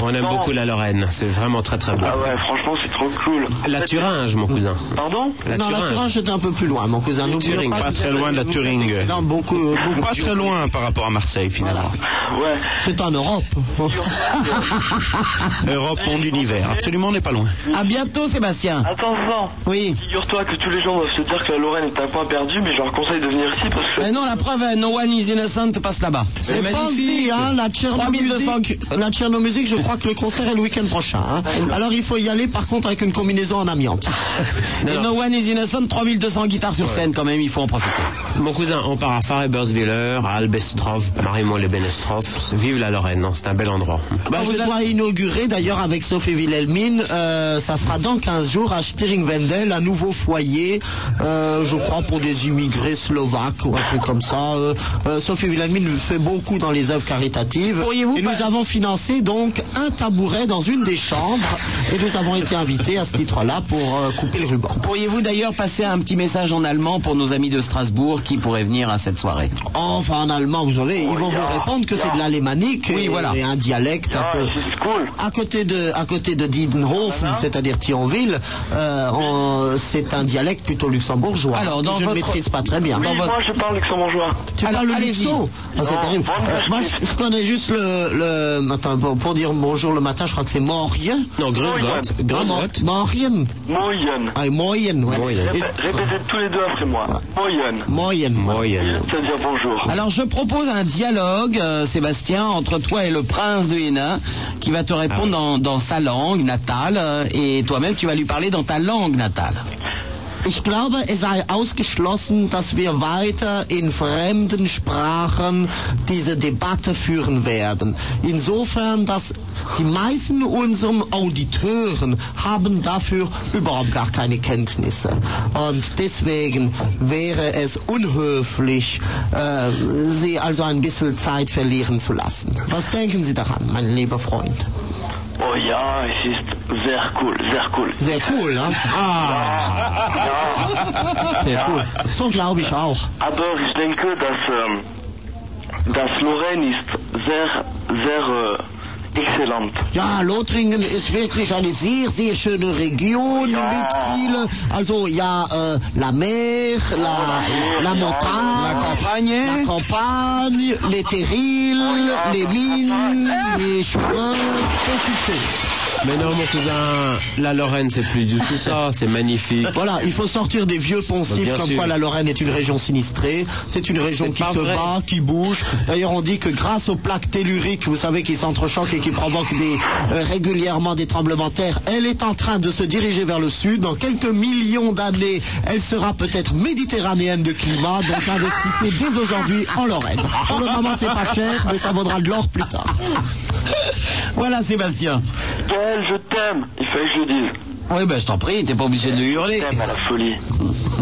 Speaker 4: On aime
Speaker 13: Non.
Speaker 4: beaucoup la Lorraine, c'est vraiment très très bon.
Speaker 13: Ah ouais, franchement, c'est trop cool.
Speaker 4: La Thuringe, mon cousin.
Speaker 13: Pardon
Speaker 4: La
Speaker 3: non, la
Speaker 4: Thuringe.
Speaker 3: Thuringe était un peu plus loin, mon cousin. N'oublions
Speaker 5: Turing,
Speaker 3: que
Speaker 5: pas
Speaker 3: vous
Speaker 5: très
Speaker 3: êtes-
Speaker 5: loin de la
Speaker 3: vous êtes
Speaker 5: Turing.
Speaker 3: excellent, beaucoup, euh, beaucoup.
Speaker 5: Pas très loin par rapport à Marseille, finalement.
Speaker 13: Ouais.
Speaker 3: C'est en Europe.
Speaker 5: Europe, monde, univers. Absolument, on n'est pas loin.
Speaker 1: À bientôt, Sébastien.
Speaker 13: Attends, Vincent.
Speaker 1: Oui.
Speaker 13: Figure-toi que tous les gens doivent se dire que la Lorraine est un point perdu, mais je leur conseille de venir ici parce que.
Speaker 1: Mais non, la preuve, euh, No One is Innocent passe là-bas.
Speaker 3: C'est pas si, hein, la Tcherno
Speaker 1: 3200.
Speaker 3: Music. La Tcherno Music, je crois que le concert est le week-end prochain. hein. Alors il faut y aller, par contre, avec une combinaison en [laughs] amiante.
Speaker 1: Et No One is Innocent, 3200 guitares sur scène quand même, il faut en profiter.
Speaker 4: Mon cousin, on part à Fareberswiller, à Albestroff, marimont les benestroff Vive la Lorraine, non, c'est un bel endroit.
Speaker 3: Bah, je dois inaugurer d'ailleurs avec Sophie Wilhelmine, euh, ça sera dans 15 jours à Stiringwendel, un nouveau foyer, euh, je crois pour des immigrés slovaques ou un truc comme ça. Euh, euh, Sophie Wilhelmine fait beaucoup dans les œuvres caritatives. Et nous avons financé donc un tabouret dans une des chambres et nous avons été invités à ce titre-là pour euh, couper le ruban.
Speaker 1: Pourriez-vous d'ailleurs passer un petit message en allemand pour nos amis de Strasbourg qui pourraient venir à cette soirée
Speaker 3: Enfin, en allemand, vous savez,
Speaker 13: Oh,
Speaker 3: ils vont vous répondre que c'est de l'alémanique
Speaker 1: Oui,
Speaker 3: et,
Speaker 1: voilà.
Speaker 3: et un dialecte un peu. À côté de, à côté de Diedenhof, c'est-à-dire Thionville, euh, on- c'est un dialecte plutôt luxembourgeois.
Speaker 1: Alors, dans
Speaker 3: que je
Speaker 1: votre-
Speaker 3: ne maîtrise pas très bien.
Speaker 13: Oui, moi je parle luxembourgeois.
Speaker 3: Tu
Speaker 1: Alors,
Speaker 3: parles le
Speaker 1: allez-y.
Speaker 3: luxo Ah, C'est
Speaker 13: Non,
Speaker 3: terrible.
Speaker 13: moi,
Speaker 3: Euh,
Speaker 13: je-
Speaker 3: moi, je, je connais juste le, le attends, pour, pour dire bonjour le matin, je crois que c'est Morien.
Speaker 4: Non, Grosgott,
Speaker 3: Ah, Mor-
Speaker 4: Grosgott.
Speaker 3: Morien.
Speaker 13: Moyen.
Speaker 3: Ah, Morien, ouais.
Speaker 13: Répé- Répétez tous les deux après moi. Moyen.
Speaker 3: Morien.
Speaker 4: Moyen.
Speaker 13: C'est-à-dire bonjour.
Speaker 1: Alors je propose un dialogue, euh, Sébastien, entre toi et le prince de Hénin, qui va te répondre dans, dans sa langue natale, euh, et toi-même tu vas lui parler dans ta langue natale.
Speaker 3: Ich glaube, es sei ausgeschlossen, dass wir weiter in fremden Sprachen diese Debatte führen werden. Insofern, dass die meisten unseren Auditeuren haben dafür überhaupt gar keine Kenntnisse. Und deswegen wäre es unhöflich, äh, sie also ein bisschen Zeit verlieren zu lassen. Was denken Sie daran, mein lieber Freund?
Speaker 13: Oh ja, es ist sehr cool, sehr cool.
Speaker 3: Sehr cool, ne?
Speaker 12: Ah.
Speaker 3: Sehr Ah. cool. So glaube ich auch.
Speaker 13: Aber ich denke, dass, ähm, dass Lorraine ist sehr, sehr äh, exzellent.
Speaker 3: Ja, Lothringen ist wirklich eine sehr, sehr schöne Region mit viele, also ja, äh, la mer, la, la montagne, la campagne, Oh, la campagne, les terrils, les mines, les chemins, tout
Speaker 4: Mais non, mon cousin, la Lorraine, c'est plus du tout ça, c'est magnifique.
Speaker 3: Voilà, il faut sortir des vieux
Speaker 4: Bah,
Speaker 3: poncifs
Speaker 4: bien
Speaker 3: comme
Speaker 4: sûr.
Speaker 3: quoi la Lorraine est une région sinistrée. C'est une région
Speaker 4: C'est
Speaker 3: qui
Speaker 4: pas
Speaker 3: se
Speaker 4: vrai.
Speaker 3: bat, qui bouge. D'ailleurs, on dit que grâce aux plaques telluriques, vous savez, qui s'entrechoquent et qui provoquent des, euh, régulièrement des tremblements de terre, elle est en train de se diriger vers le sud. Dans quelques millions d'années, elle sera peut-être méditerranéenne de climat. Donc investissez dès aujourd'hui en Lorraine. Pour le moment, c'est pas cher, mais ça vaudra de l'or plus tard.
Speaker 1: Voilà Sébastien.
Speaker 13: Gaël, je t'aime. Il fallait que je le dise.
Speaker 1: Oui, ben je t'en prie, t'es pas obligé de le hurler.
Speaker 13: Je t'aime à la folie.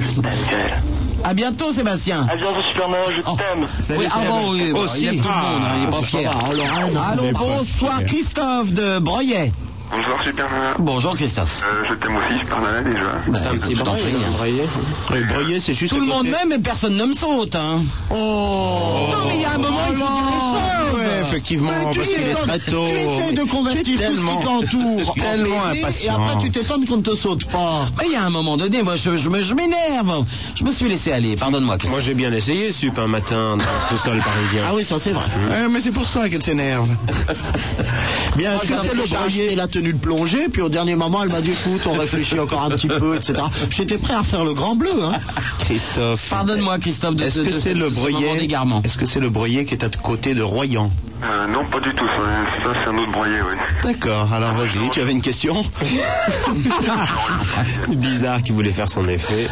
Speaker 13: Je t'aime, Gaël.
Speaker 1: À bientôt Sébastien.
Speaker 13: À bientôt, Superman,
Speaker 4: Oh,
Speaker 13: je t'aime.
Speaker 1: Oh, Oui, ah bon, oui,
Speaker 4: Ah,
Speaker 1: bon, il aime tout le monde, hein, il est pas
Speaker 3: Ça
Speaker 1: fier.
Speaker 3: va, en Lorraine, hein.
Speaker 1: Allons, bonsoir Christophe de Broyet.
Speaker 13: Bonsoir Super Nana.
Speaker 5: Bonjour Christophe.
Speaker 13: Euh, je t'aime aussi Super Nana déjà.
Speaker 3: Bah,
Speaker 5: C'est un petit braillé. Oui, braillé, c'est juste.
Speaker 1: Tout le monde m'aime et personne n'aime son hôte. Hein.
Speaker 5: Oh Ah,
Speaker 1: Non, mais il y a un moment, il faut dire les choses.
Speaker 5: Ouais, effectivement,
Speaker 1: Mais tu
Speaker 5: parce qu'il
Speaker 1: es
Speaker 5: est
Speaker 1: comme-
Speaker 5: très
Speaker 1: tu
Speaker 5: tôt.
Speaker 1: essaies de convertir
Speaker 5: Tu es
Speaker 1: tout ce qui
Speaker 5: tellement-
Speaker 4: [laughs]
Speaker 1: t'entoure en
Speaker 5: Tellement
Speaker 1: baiser, et
Speaker 5: impatient.
Speaker 1: après, tu
Speaker 3: t'étonnes qu'on ne te saute pas.
Speaker 1: Mais il y a un moment donné, moi, je, je me- je m'énerve. Je me suis laissé aller. Pardonne-moi, Christophe.
Speaker 4: Moi j'ai bien essayé, Sup, un matin dans ce sol parisien.
Speaker 3: Ah oui, ça c'est vrai.
Speaker 4: Mmh.
Speaker 5: Ouais, Euh, mais c'est pour ça qu'elle s'énerve. Bien
Speaker 3: Moi, je
Speaker 5: sûr,
Speaker 3: sais,
Speaker 5: le
Speaker 3: j'ai
Speaker 5: braillé.
Speaker 3: acheté la tenue de plongée, puis au dernier moment, elle m'a dit écoute, on réfléchit encore un petit peu, etc. J'étais prêt à faire le grand bleu. Hein.
Speaker 5: Christophe.
Speaker 1: Pardonne-moi, Christophe, de
Speaker 5: Est-ce
Speaker 1: ce-
Speaker 5: que
Speaker 1: de ce-
Speaker 5: c'est
Speaker 1: de
Speaker 5: le
Speaker 1: ce moment
Speaker 5: breuillet
Speaker 1: d'égarement.
Speaker 5: Est-ce que c'est le breuillet qui est à côté de Royan
Speaker 13: Euh, non, pas du tout. Ça, ça, c'est un autre broyer, oui.
Speaker 1: [laughs]
Speaker 5: D'accord, alors vas-y, tu avais une question
Speaker 4: [laughs] Bizarre qui voulait faire son effet.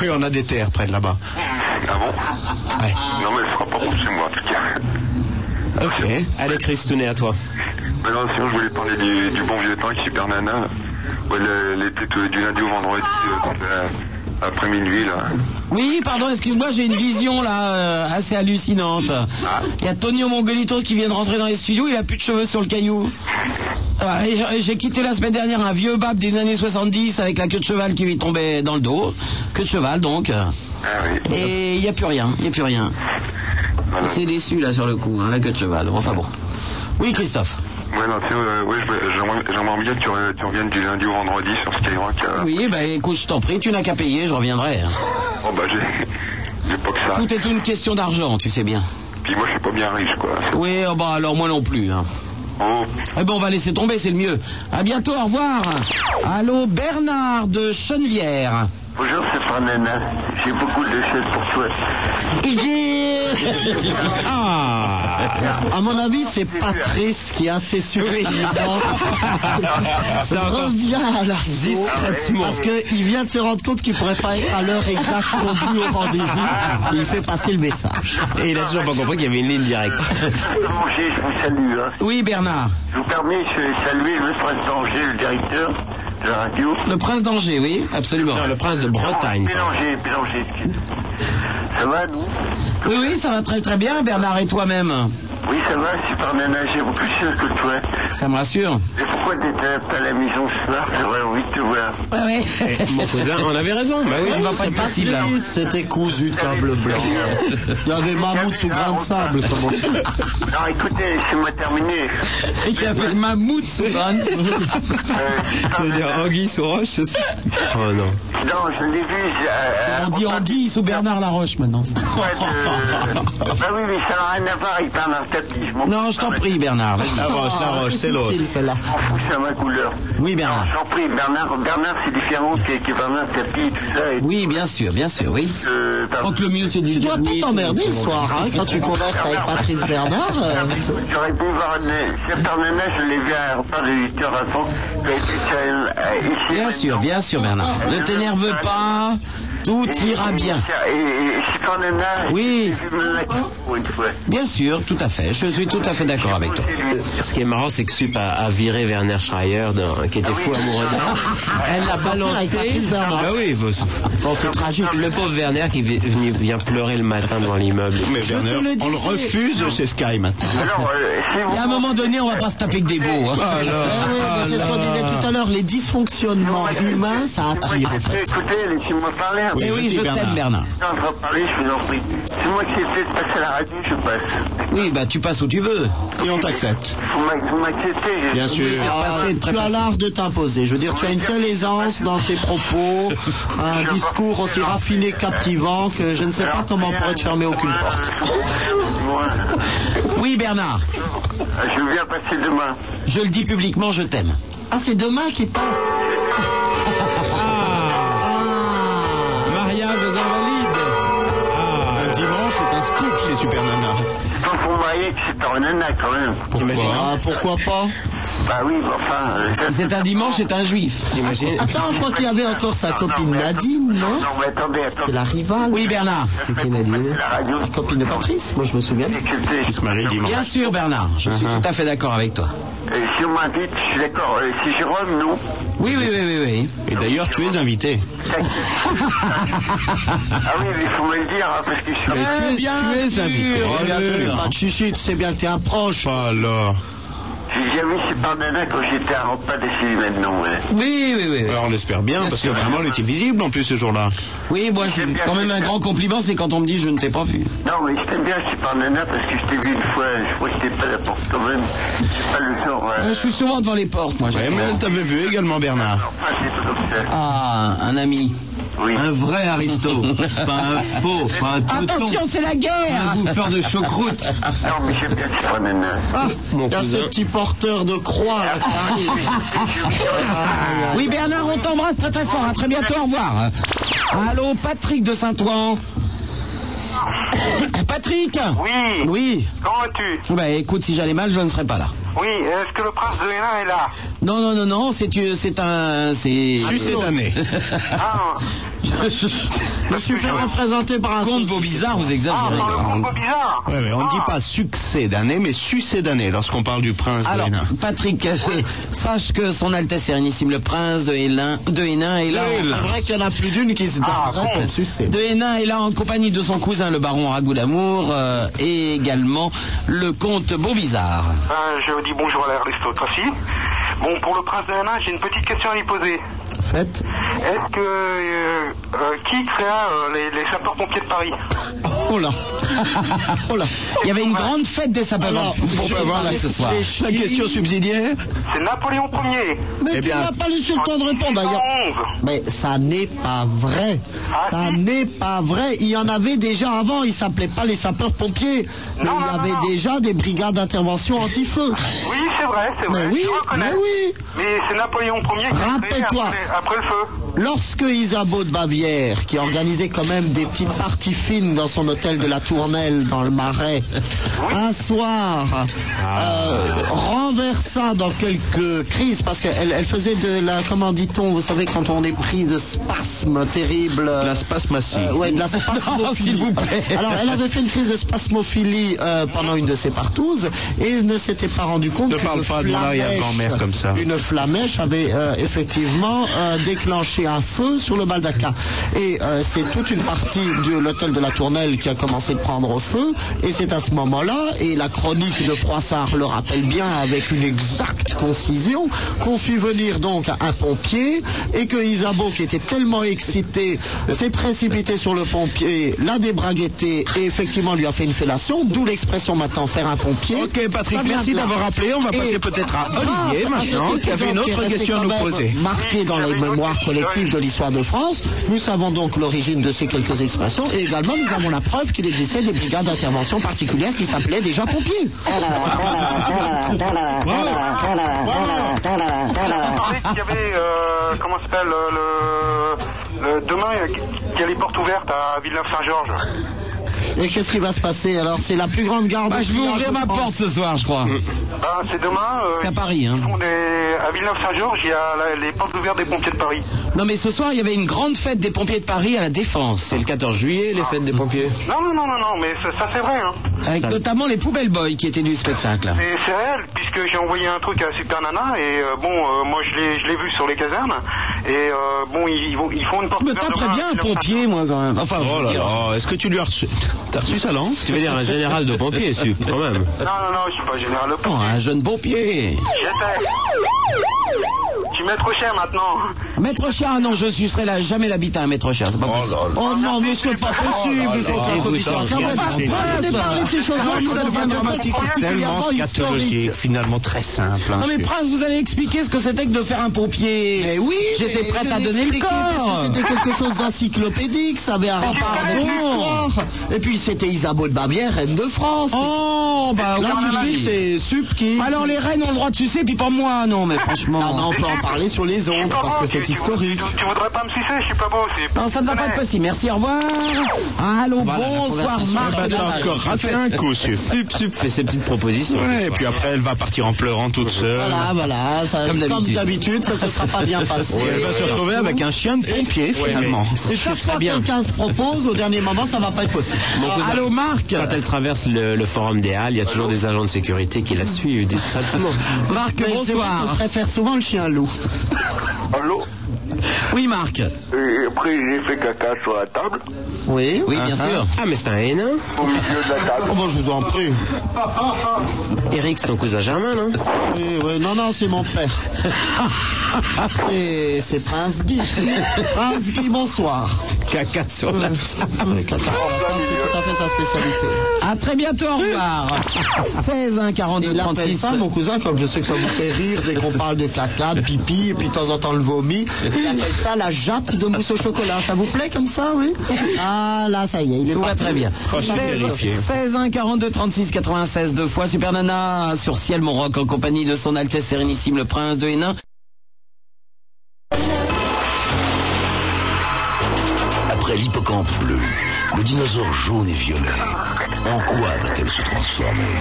Speaker 5: Oui, on a des terres près de là-bas.
Speaker 13: Ah bon
Speaker 5: Ouais.
Speaker 13: Non, mais elle sera pas pour chez moi, en tout cas.
Speaker 5: Ok.
Speaker 4: Allez, Christounet, à toi.
Speaker 13: Mais non, sinon, je voulais parler du, du bon vieux temps avec Super Nana. Ouais, le- les putes, euh, du lundi au vendredi, euh, quand, euh, après minuit, là.
Speaker 1: Oui, pardon, excuse-moi, j'ai une vision là euh, assez hallucinante. Il y a Tonio Mongolitos qui vient de rentrer dans les studios, il a plus de cheveux sur le caillou. Ah, et j'ai- J'ai quitté la semaine dernière un vieux bab des années 70 avec la queue de cheval qui lui tombait dans le dos. Queue de cheval donc. Et il n'y a plus rien, il n'y a plus rien. C'est déçu là sur le coup, hein, la queue de cheval. Enfin bon. Oui Christophe.
Speaker 13: Ouais, non, tu sais, euh, ouais, je veux- j'aimerais j'aimerais bien que tu, re- tu reviennes du lundi au vendredi sur Skyrock. euh.
Speaker 1: Oui, bah écoute, je t'en prie, tu n'as qu'à payer, je reviendrai. hein.
Speaker 13: Oh, bah, j'ai j'ai pas que ça.
Speaker 1: Tout est une question d'argent, tu sais bien.
Speaker 13: Puis moi, je suis pas bien riche, quoi.
Speaker 1: Oui, ah bah alors moi non plus. hein.
Speaker 13: Oh,
Speaker 1: Eh ben, on va laisser tomber, c'est le mieux. À bientôt, au revoir. Allô, Bernard de Chenevière.
Speaker 13: Bonjour, c'est Fernanda. J'ai beaucoup de choses pour
Speaker 1: [laughs]
Speaker 13: toi.
Speaker 4: Ah.
Speaker 3: À mon avis, c'est Patrice qui est assez surprenant.
Speaker 4: Ça encore-
Speaker 3: Revient à la source,
Speaker 4: Discrètement.
Speaker 3: parce qu'il vient de se rendre compte qu'il pourrait pas être à l'heure exacte non plus au rendez-vous. Il fait passer le message.
Speaker 4: Et il a toujours pas compris qu'il y avait une ligne directe.
Speaker 12: Angers, je vous salue. hein.
Speaker 1: Oui, Bernard.
Speaker 12: Je vous permets de saluer le prince d'Angers, le directeur de la radio.
Speaker 1: Le prince d'Angers, oui, absolument.
Speaker 4: le prince de Bretagne.
Speaker 12: Bélanger, Bélanger, excuse. Ça va, nous
Speaker 1: Oui, oui, ça va très très bien, Bernard, et toi-même
Speaker 12: Oui, ça va, super nana, j'ai beaucoup de choses que toi.
Speaker 1: Ça me rassure.
Speaker 12: Et pourquoi t'étais pas à la maison ce soir J'aurais envie de te voir.
Speaker 1: Ouais, ouais.
Speaker 4: Eh, Mon cousin, on avait raison. Bah oui,
Speaker 1: Ça ne va pas
Speaker 3: C'est
Speaker 1: être possible. hein.
Speaker 3: Patrice, C'était cousu de câble blanc. Il y avait mammouth sous grain de sable. Comment...
Speaker 12: Non, écoutez, c'est moi terminé.
Speaker 1: [laughs] Il y avait le mammouth sous
Speaker 4: [laughs]
Speaker 12: Euh,
Speaker 1: Hans.
Speaker 4: Tu veux dire Anguille sous roche c'est ça Oh non.
Speaker 12: Non, je l'ai vu. j'ai- euh,
Speaker 1: On dit Anguille sous Bernard Laroche maintenant.
Speaker 12: pas
Speaker 1: [laughs]
Speaker 12: de- Bah oui, mais ça n'a rien à voir, il parle d'un tapis. Je m'en
Speaker 1: Non, je t'en prie, Bernard. vas-y. Ah,
Speaker 5: La roche, la roche, c'est l'autre.
Speaker 3: subtil, celle-là.
Speaker 12: fous, c'est à ma couleur.
Speaker 1: Oui, Bernard.
Speaker 12: J'en prie, Bernard, Bernard c'est différent que, que Bernard Tapie et tout ça. Et
Speaker 1: Oui, bien sûr, bien sûr, oui.
Speaker 12: que,
Speaker 1: Je crois
Speaker 12: pardon,
Speaker 1: que le mieux, c'est de lui
Speaker 3: Tu
Speaker 1: dire
Speaker 3: dois pas
Speaker 1: oui.
Speaker 3: t'emmerder le soir hein, quand tu converses avec Patrice Bernard. euh,
Speaker 12: j'aurais pu voir certains nanas, je l'ai vu à un repas de 8h à 100. J'aurais pu qu'elle, euh, ici,
Speaker 1: Bien
Speaker 12: maintenant.
Speaker 1: sûr, bien sûr, Bernard. Ne t'énerve pas, tout
Speaker 12: Et-
Speaker 1: ira
Speaker 12: et-
Speaker 1: bien.
Speaker 12: Et, et super nana,
Speaker 1: Oui.
Speaker 12: j'ai vu Monaco pour une fois.
Speaker 1: Bien sûr, tout à fait. Je suis tout à fait d'accord avec toi.
Speaker 4: Euh, Ce qui est marrant, c'est que Sup a, a viré Werner Schreier, d'un- qui était fou amoureux d'elle. Elle l'a
Speaker 3: Sortir avec
Speaker 4: balancé.
Speaker 3: Patrice Bernard.
Speaker 4: Ah oui, bah,
Speaker 3: Bon, c'est tragique.
Speaker 4: le pauvre Werner qui vi- venu- vient pleurer le matin devant l'immeuble.
Speaker 5: Mais Werner,
Speaker 3: te le
Speaker 5: on le
Speaker 3: disais.
Speaker 5: refuse chez Sky maintenant.
Speaker 12: Alors, euh, si vous.
Speaker 1: Et à un moment donné, on va pas se taper que des
Speaker 4: Oh,
Speaker 1: beaux. hein.
Speaker 3: Eh oui, mais c'est ce qu'on disait tout à l'heure, les dysfonctionnements humains, ça attire en fait.
Speaker 12: Écoutez, laissez-moi parler. un peu.
Speaker 1: Eh oui,
Speaker 5: vas-y,
Speaker 1: je t'aime, Bernard.
Speaker 5: Bernard.
Speaker 12: Non, hein. je vais parler, je vous en prie. C'est moi qui ai fait de passer à la radio, je passe.
Speaker 1: Oui, bah tu passes où tu veux.
Speaker 5: Et on t'accepte.
Speaker 12: Vous m'ac- vous m'acceptez. je-
Speaker 5: Bien sûr.
Speaker 3: Ah,
Speaker 1: passé, très
Speaker 3: tu as
Speaker 1: passé.
Speaker 3: l'art de t'imposer. Je veux dire, tu as une telle aisance dans tes propos, un discours aussi raffiné, captivant, que je ne sais pas comment on pourrait te fermer aucune porte.
Speaker 12: Moi,
Speaker 1: Oui, Bernard.
Speaker 12: je viens passer demain.
Speaker 1: Je le dis publiquement, je t'aime.
Speaker 3: Ah, c'est demain qui passe.
Speaker 1: Ah.
Speaker 4: Mariage aux invalides.
Speaker 1: Ah.
Speaker 5: Un dimanche, c'est un scoop chez Super Nana.
Speaker 12: Quand vous mariez, que c'est en nana quand même.
Speaker 4: T'imagines
Speaker 1: hein
Speaker 3: Ah, pourquoi pas
Speaker 12: Bah oui, mais enfin. euh, ça-
Speaker 1: C'est un dimanche, c'est un juif.
Speaker 4: t'imagines-
Speaker 3: Attends, quoi qu'il y avait encore sa copine Nadine, non
Speaker 12: Non, mais attendez,
Speaker 3: C'est
Speaker 12: attendez.
Speaker 3: la rivale.
Speaker 1: Oui, Bernard.
Speaker 4: C'est Canadien.
Speaker 12: La radio,
Speaker 3: La copine de Patrice, moi je me souviens. Uh-huh.
Speaker 12: écoutez,
Speaker 5: Qui se marie le dimanche.
Speaker 1: Bien sûr, Bernard. Je suis tout à fait d'accord avec toi.
Speaker 12: euh, si on m'invite, je suis d'accord. Euh, si Jérôme, non.
Speaker 1: Oui, oui, oui, oui, oui.
Speaker 5: Et d'ailleurs, tu es invité.
Speaker 12: Ah oui, mais il faut me le dire, hein, parce que je suis.
Speaker 5: Mais tu es,
Speaker 1: bien
Speaker 5: tu es
Speaker 1: sûr,
Speaker 5: invité.
Speaker 1: bien
Speaker 5: Allez.
Speaker 1: sûr.
Speaker 3: Pas de chichi, tu sais bien que t'es un proche.
Speaker 5: Alors,
Speaker 12: J'ai J'ai déjà vu ces parnanas quand j'étais à repas d'essayer maintenant. Ouais.
Speaker 1: Oui, oui, oui.
Speaker 5: on l'espère bien, parce que vraiment, elle était visible en plus ce jour-là.
Speaker 1: Oui, moi, c'est quand même un grand compliment, c'est quand on me dit je ne t'ai pas vu.
Speaker 12: Non, mais je t'aime bien, c'est par nana parce que je t'ai vu une fois, je crois que c'était pas la porte quand même. C'est pas le genre. euh,
Speaker 1: Je suis souvent devant les portes, moi.
Speaker 5: Ouais, mais elle t'avait vu également, Bernard.
Speaker 1: Ah, un ami.
Speaker 12: Un
Speaker 14: vrai aristo.
Speaker 1: [laughs]
Speaker 14: pas un faux, pas un teuton.
Speaker 1: Attention, c'est la guerre
Speaker 14: Un bouffeur de choucroute.
Speaker 12: Non, mais j'aime bien ces parnanas.
Speaker 3: Ah,
Speaker 12: Mon
Speaker 3: il y a ce
Speaker 12: cousin. Ah,
Speaker 3: petit porteur de croix là, qui arrive.
Speaker 1: Oui, Bernard, on t'embrasse très très fort. À très bientôt, au revoir. Allô, Patrick de Saint-Ouen. Patrick
Speaker 12: Oui
Speaker 1: Oui
Speaker 12: Comment vas-tu
Speaker 1: Bah écoute, si j'allais mal, je ne serais pas là.
Speaker 12: Oui, euh, est-ce que le prince de Hénin est là
Speaker 1: Non, non, non, non, c'est euh, c'est un... C'est...
Speaker 5: Sucédané.
Speaker 12: Ah,
Speaker 1: [laughs] Je me suis fait
Speaker 3: représenter par un...
Speaker 1: Compte vos bizarres, vous
Speaker 12: Ah,
Speaker 1: exagérez.
Speaker 5: Ouais, ouais, on ne dit pas succès d'année, mais succès d'année lorsqu'on parle du prince
Speaker 1: Alors,
Speaker 5: de Hénin.
Speaker 1: Patrick, euh, sache que son Altesse Sérénissime le Prince de Hénin, de Hénin est là.
Speaker 3: C'est vrai qu'il y en a plus d'une qui se darderait là-dessus. c'est-
Speaker 1: Ah, De Hénin est là en compagnie de son cousin le baron Ragout d'Amour euh, et également le comte Beaubizarre.
Speaker 12: ben, je vous dis bonjour à l'aristocratie. Bon, pour le prince de Hénin, j'ai une petite question à lui poser.
Speaker 3: Faites.
Speaker 12: Est-ce que. euh, euh, qui créa euh, les, les sapeurs-pompiers de Paris
Speaker 1: Oh là Oh là [laughs] Il y avait une grande fête des sapeurs
Speaker 5: Pour
Speaker 1: pompiers
Speaker 5: avoir la,
Speaker 1: ce soir.
Speaker 5: la question subsidiaire
Speaker 12: C'est Napoléon Ier.
Speaker 3: Mais
Speaker 5: Eh
Speaker 3: tu
Speaker 5: bien-
Speaker 3: n'as pas laissé le temps de répondre d'ailleurs. Mais ça n'est pas vrai.
Speaker 12: Ah,
Speaker 3: Ça n'est pas vrai. Il y en avait déjà avant. Ils s'appelaient pas les sapeurs-pompiers. Mais il y avait déjà des brigades d'intervention anti-feu.
Speaker 12: Oui, c'est vrai, c'est vrai.
Speaker 3: Mais oui,
Speaker 12: je reconnais.
Speaker 3: mais oui.
Speaker 12: Mais c'est Napoléon Ier qui a créé
Speaker 3: Rappelle-toi.
Speaker 12: après, après le feu.
Speaker 3: Lorsque Isabeau de Bavière, qui organisait quand même des petites parties fines dans son hôtel de la Tournelle dans le Marais, un soir
Speaker 12: Ah.
Speaker 3: euh, renversa dans quelques crises, parce qu'elle elle faisait de la, comment dit-on, vous savez, quand on est pris de spasmes terribles. De
Speaker 5: la spasmatie.
Speaker 3: ouais, de la
Speaker 5: [laughs]
Speaker 1: Non,
Speaker 3: spasmophilie.
Speaker 1: s'il vous plaît.
Speaker 3: Alors, elle avait fait une crise de spasmophilie euh, pendant une de ses partouses et ne s'était pas rendu compte
Speaker 5: Ne
Speaker 3: que
Speaker 5: parle
Speaker 3: une
Speaker 5: pas de mon
Speaker 3: flamèche-
Speaker 5: arrière-grand-mère comme ça.
Speaker 3: Une flamèche avait euh, effectivement euh, déclenché un feu sur le baldaquin. Et euh, c'est toute une partie de l'hôtel de la Tournelle qui a commencé de prendre feu. Et c'est à ce moment-là, et la chronique de Froissart le rappelle bien avec une exacte concision, qu'on fit venir donc un pompier et que Isabeau, qui était tellement excité, s'est précipité sur le pompier, l'a débraguetté et effectivement lui a fait une fellation, d'où l'expression maintenant faire un pompier.
Speaker 5: Ok, Patrick,
Speaker 3: Ça vient
Speaker 5: merci
Speaker 3: de là.
Speaker 5: d'avoir appelé. On va
Speaker 3: Et ah,
Speaker 5: passer peut-être à
Speaker 3: grâce
Speaker 5: Olivier
Speaker 3: à
Speaker 5: maintenant,
Speaker 3: cet
Speaker 5: qui avait une
Speaker 3: épisode
Speaker 5: autre
Speaker 3: est resté
Speaker 5: question à nous
Speaker 3: quand même
Speaker 5: poser.
Speaker 3: Marqué dans les mémoires collectives de l'histoire de France, nous savons donc l'origine de ces quelques expressions et également nous avons la preuve qu'il existait des brigades d'intervention particulières qui s'appelaient déjà pompiers.
Speaker 12: Il y avait, euh, comment ça s'appelle, euh, le, le- Demain, euh, il y a les portes ouvertes à Villeneuve-Saint-Georges.
Speaker 3: Et qu'est-ce qui va se passer Alors c'est la plus grande garde.
Speaker 1: Bah, je vais ouvrir ma porte ce soir, je crois.
Speaker 12: Ben, c'est demain. euh,
Speaker 1: C'est à Paris, hein.
Speaker 12: ils font des- À Villeneuve-Saint-Georges, il y a la- les portes ouvertes des pompiers de Paris.
Speaker 1: Non, mais ce soir, il y avait une grande fête des pompiers de Paris à la Défense.
Speaker 4: C'est le 14 juillet, les fêtes des pompiers.
Speaker 12: Non, non, non, non, non, mais ça, ça, c'est vrai. Hein.
Speaker 1: Avec notamment les poubelles boys qui étaient du spectacle.
Speaker 12: C'est c'est réel, puisque j'ai envoyé un truc à Super Nana, et euh, bon, euh, moi je l'ai je l'ai vu sur les casernes, et euh, bon, ils, ils vont- ils font une porte
Speaker 1: Je me
Speaker 12: ouverte
Speaker 1: taperais
Speaker 12: demain à
Speaker 1: bien un
Speaker 12: Villeneuve-Saint-Georges.
Speaker 1: pompier, moi, quand même. Enfin, je
Speaker 5: Oh
Speaker 1: veux
Speaker 5: là
Speaker 1: dire.
Speaker 5: là, est-ce que tu lui as reçu, t'as reçu sa lance
Speaker 4: Tu veux dire un général de pompiers, Sup, quand même.
Speaker 1: Euh,
Speaker 12: Non, non, non, je suis pas général de
Speaker 1: Oh,
Speaker 12: pompier.
Speaker 1: un jeune pompier.
Speaker 12: J'étais. Tu mets trop cher maintenant.
Speaker 1: Maître chien, ah non, je sucerai là, jamais l'habitat à maître chien, c'est pas possible.
Speaker 3: Oh non, mais c'est pas possible,
Speaker 1: là
Speaker 3: ils sont
Speaker 1: là,
Speaker 3: en
Speaker 1: dégoûtant,
Speaker 3: commission.
Speaker 1: Oh, c'est
Speaker 3: Enfin,
Speaker 1: dégoûtant.
Speaker 3: arrêtez de parler de ces choses-là, nous
Speaker 5: Ça devient
Speaker 3: deviendrons
Speaker 5: dramatique,
Speaker 3: particulièrement
Speaker 5: tellement
Speaker 3: historiques.
Speaker 5: scatologique, finalement très simple. hein,
Speaker 1: Non mais
Speaker 5: celui-là.
Speaker 1: Prince, vous avez expliqué ce que c'était que de faire un pompier.
Speaker 3: Mais oui,
Speaker 1: J'étais
Speaker 3: mais
Speaker 1: prête
Speaker 3: je
Speaker 1: à
Speaker 3: l'ai
Speaker 1: donner le
Speaker 3: expliqué
Speaker 1: corps. Ah,
Speaker 3: parce que C'était quelque chose d'encyclopédique, ça avait un rapport avec
Speaker 1: bon
Speaker 3: l'histoire. Et puis c'était Isabeau de Bavière, reine de France.
Speaker 1: Oh bah
Speaker 3: Là, tu
Speaker 1: oui.
Speaker 3: dis que c'est Sup qui.
Speaker 1: Alors les reines ont le droit de sucer, puis pas moi, non mais franchement.
Speaker 3: Ah non, on peut en parler sur les
Speaker 12: Je suis
Speaker 3: ondes
Speaker 12: pas
Speaker 3: parce
Speaker 12: beau,
Speaker 3: que
Speaker 12: tu-
Speaker 3: c'est
Speaker 12: tu-
Speaker 3: historique.
Speaker 12: Tu, tu voudrais pas me sucer, je suis pas beau. c'est-
Speaker 1: Non, ça ne va pas être possible. Merci, au revoir. Allô,
Speaker 3: Voilà, la
Speaker 1: bonsoir
Speaker 3: conversation
Speaker 1: Marc.
Speaker 5: Bah, t'as
Speaker 1: Laval.
Speaker 5: encore raté un coup, Sup.
Speaker 4: Sup, Sup fait ses petites propositions.
Speaker 5: Ouais, et puis après, elle va partir en pleurant toute seule.
Speaker 3: Voilà, voilà, ça-
Speaker 1: Comme
Speaker 3: comme
Speaker 1: d'habitude.
Speaker 3: d'habitude, ça ne sera pas
Speaker 5: [laughs]
Speaker 3: bien passé.
Speaker 5: Et elle va se retrouver avec un chien de pompier, finalement.
Speaker 3: Chaque fois que quelqu'un se propose, au dernier moment, ça va pas être possible. Euh,
Speaker 1: Allô Marc.
Speaker 4: Quand elle traverse le, le forum des Halles, il y a toujours des agents de sécurité qui la suivent discrètement.
Speaker 1: [laughs] Marc,
Speaker 3: Mais c'est vrai qu'on
Speaker 1: bonsoir.
Speaker 3: préfère souvent le chien loup.
Speaker 12: Allô
Speaker 1: Oui, Marc.
Speaker 13: Et après, j'ai fait caca sur la table.
Speaker 3: Oui,
Speaker 13: oui, bien sûr.
Speaker 4: Ah, mais c'est un haine.
Speaker 13: Au milieu de la table.
Speaker 1: Oh, bah,
Speaker 3: Comment je vous en prie
Speaker 4: Eric, c'est ton cousin Germain, non
Speaker 3: Oui, oui, non, non, c'est mon père. C'est- C'est Prince Guy. Prince Guy, bonsoir.
Speaker 4: Caca sur la
Speaker 3: table. Caca sur la table, c'est tout à fait sa spécialité.
Speaker 1: À très bientôt, au revoir. 16 1 42
Speaker 3: Il appelle
Speaker 1: 36.
Speaker 3: ça, mon cousin, comme je sais que ça vous fait rire dès qu'on parle de caca, de pipi, et puis de temps en temps le vomi. Il appelle ça la jatte de mousse au chocolat. Ça vous plaît comme ça, oui Ah là, ça y est, il est
Speaker 1: Tout va
Speaker 3: parti.
Speaker 1: très bien.
Speaker 3: Franchement,
Speaker 1: 16,
Speaker 3: vérifié.
Speaker 1: 16 1 42 36 96 deux fois Super Nana sur Ciel Mon Rock en compagnie de son Altesse Sérénissime le Prince de Hénin.
Speaker 11: Après l'hippocampe bleu, le dinosaure jaune et violet, en quoi va-t-elle se transformer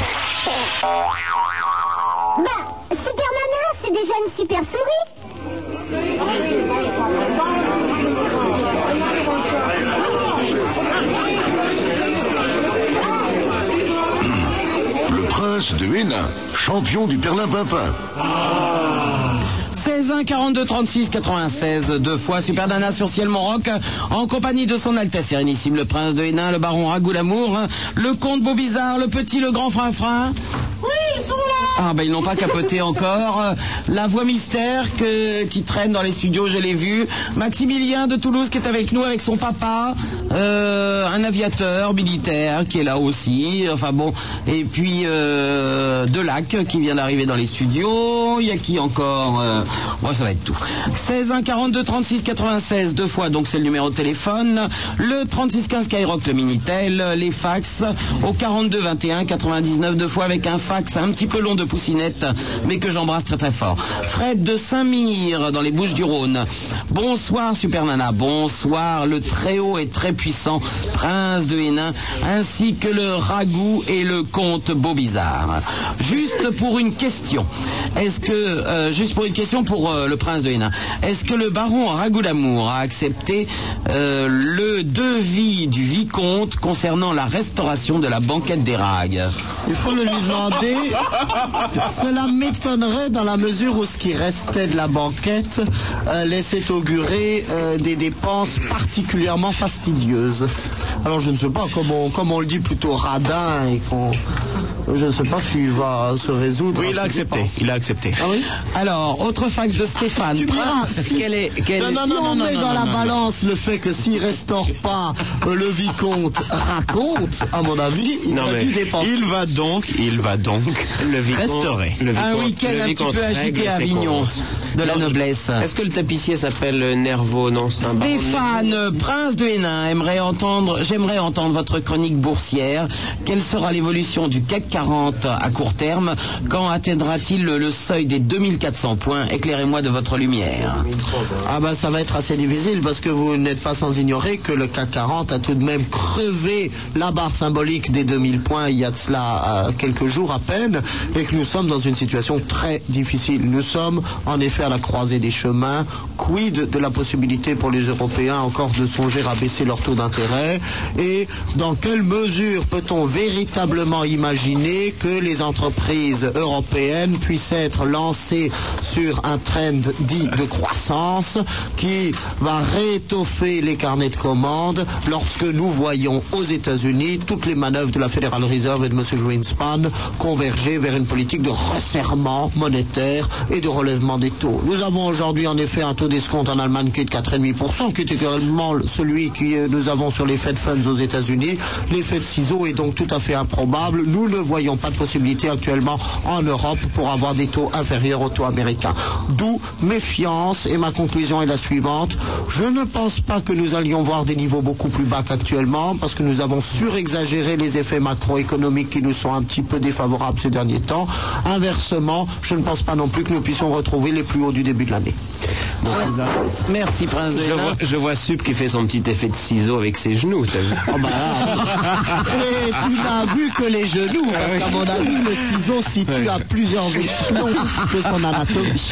Speaker 9: Bah, Super Nana, c'est déjà une super souris.
Speaker 11: Le prince de Hénin, champion du Perlin-Pimpin.
Speaker 1: 16 1 42 36 96 deux fois Super Nana sur Ciel Mon Rock en compagnie de son Altesse Sérénissime le Prince de Hénin, le Baron Ragout l'amour, le Comte Beaubizarre, le Petit, le Grand Frin Frin.
Speaker 9: Oui, ils sont là.
Speaker 1: Ah ben ils n'ont pas capoté encore. Euh, La voix mystère que- qui traîne dans les studios, je l'ai vu. Maximilien de Toulouse qui est avec nous avec son papa, Euh, un aviateur militaire qui est là aussi. Enfin bon, et puis euh, Delac qui vient d'arriver dans les studios. Il y a qui encore Euh, Bon, ça va être tout. 16 1 42 36 96 deux fois donc c'est le numéro de téléphone. Le 36 15 Skyrock le minitel, les fax au 42 21 99 deux fois avec un fax un petit peu long de poussinette, mais que j'embrasse très très fort. Fred de Saint-Minir, dans les Bouches du Rhône. Bonsoir Super Nana, bonsoir le très haut et très puissant prince de Hénin, ainsi que le ragout et le comte Beaubizarre. Juste pour une question, est-ce que, euh, juste pour une question pour euh, le prince de Hénin, est-ce que le baron Ragout d'Amour a accepté euh, le devis du vicomte concernant la restauration de la banquette des ragues
Speaker 3: Il faut le lui demander. Cela m'étonnerait dans la mesure où ce qui restait de la banquette euh, laissait augurer euh, des dépenses particulièrement fastidieuses. Alors je ne sais pas, comme on, comme on le dit plutôt radin et qu'on... Je ne sais pas s'il va se résoudre.
Speaker 5: Oui, il
Speaker 3: à
Speaker 5: a
Speaker 3: ces
Speaker 5: accepté.
Speaker 3: dépenses.
Speaker 5: Il a accepté.
Speaker 3: Ah oui
Speaker 1: Alors, autre fax de Stéphane.
Speaker 3: Tu diras,
Speaker 1: Prince,
Speaker 3: si,
Speaker 1: Ah, quelle est- quelle
Speaker 3: non,
Speaker 1: est-
Speaker 3: non,
Speaker 1: non,
Speaker 3: non, on
Speaker 1: non,
Speaker 3: Ah, met
Speaker 1: non,
Speaker 3: dans
Speaker 1: non,
Speaker 3: la
Speaker 1: non.
Speaker 3: balance le fait que s'il restaure pas euh, le vicomte raconte, à mon avis, il
Speaker 5: Non,
Speaker 3: a
Speaker 5: mais
Speaker 3: dû dépenser.
Speaker 5: il va donc, il va donc
Speaker 4: le vicomte-
Speaker 5: restaurer.
Speaker 4: le
Speaker 1: Un
Speaker 4: vicomte-
Speaker 1: week-end
Speaker 4: le
Speaker 1: un petit
Speaker 4: vicomte
Speaker 1: peu
Speaker 4: règle
Speaker 1: agité à
Speaker 4: ses
Speaker 1: Avignon,
Speaker 4: comptes.
Speaker 1: de la
Speaker 4: Non, je-
Speaker 1: noblesse.
Speaker 4: Est-ce que le tapissier s'appelle euh, Nervo Non, c'est un baron de
Speaker 1: Stéphane, euh, prince de Hénin, aimerait entendre, j'aimerais entendre votre chronique boursière. Quelle sera l'évolution du CAC 40 à court terme Quand atteindra-t-il le, le seuil des 2400 points Éclairez-moi de votre lumière.
Speaker 3: Ah bah ça va être assez difficile parce que vous n'êtes pas sans ignorer que le CAC 40 a tout de même crevé la barre symbolique des 2000 points il y a de cela euh, quelques jours à peine et que nous sommes dans une situation très difficile. Nous sommes en effet à la croisée des chemins. Quid de la possibilité pour les Européens encore de songer à baisser leur taux d'intérêt et dans quelle mesure peut-on véritablement imaginer que les entreprises européennes puissent être lancées sur un trend dit de croissance qui va réétoffer les carnets de commandes lorsque nous voyons aux États-Unis toutes les manœuvres de la Federal Reserve et de M. Greenspan converger vers une politique de resserrement monétaire et de relèvement des taux. Nous avons aujourd'hui en effet un taux d'escompte en Allemagne qui est de 4,5%, qui est également celui que nous avons sur les Fed Funds aux États-Unis. L'effet de ciseaux est donc tout à fait improbable. Nous ne voyons pas de possibilité actuellement en Europe pour avoir des taux inférieurs aux taux américains. D'où méfiance et ma conclusion est la suivante. Je ne pense pas que nous allions voir des niveaux beaucoup plus bas qu'actuellement parce que nous avons surexagéré les effets macroéconomiques qui nous sont un petit peu défavorables ces derniers temps. Inversement, je ne pense pas non plus que nous puissions retrouver les plus hauts du début de l'année.
Speaker 1: Merci, prince de
Speaker 4: Je
Speaker 1: Hénin.
Speaker 4: vois, je vois Sup qui fait son petit effet de ciseau avec ses genoux. t'as vu
Speaker 1: Oh, bah,
Speaker 3: [laughs] Et tu n'as vu que les genoux, parce qu'à mon avis, le ciseau situe à plusieurs échelons de son anatomie.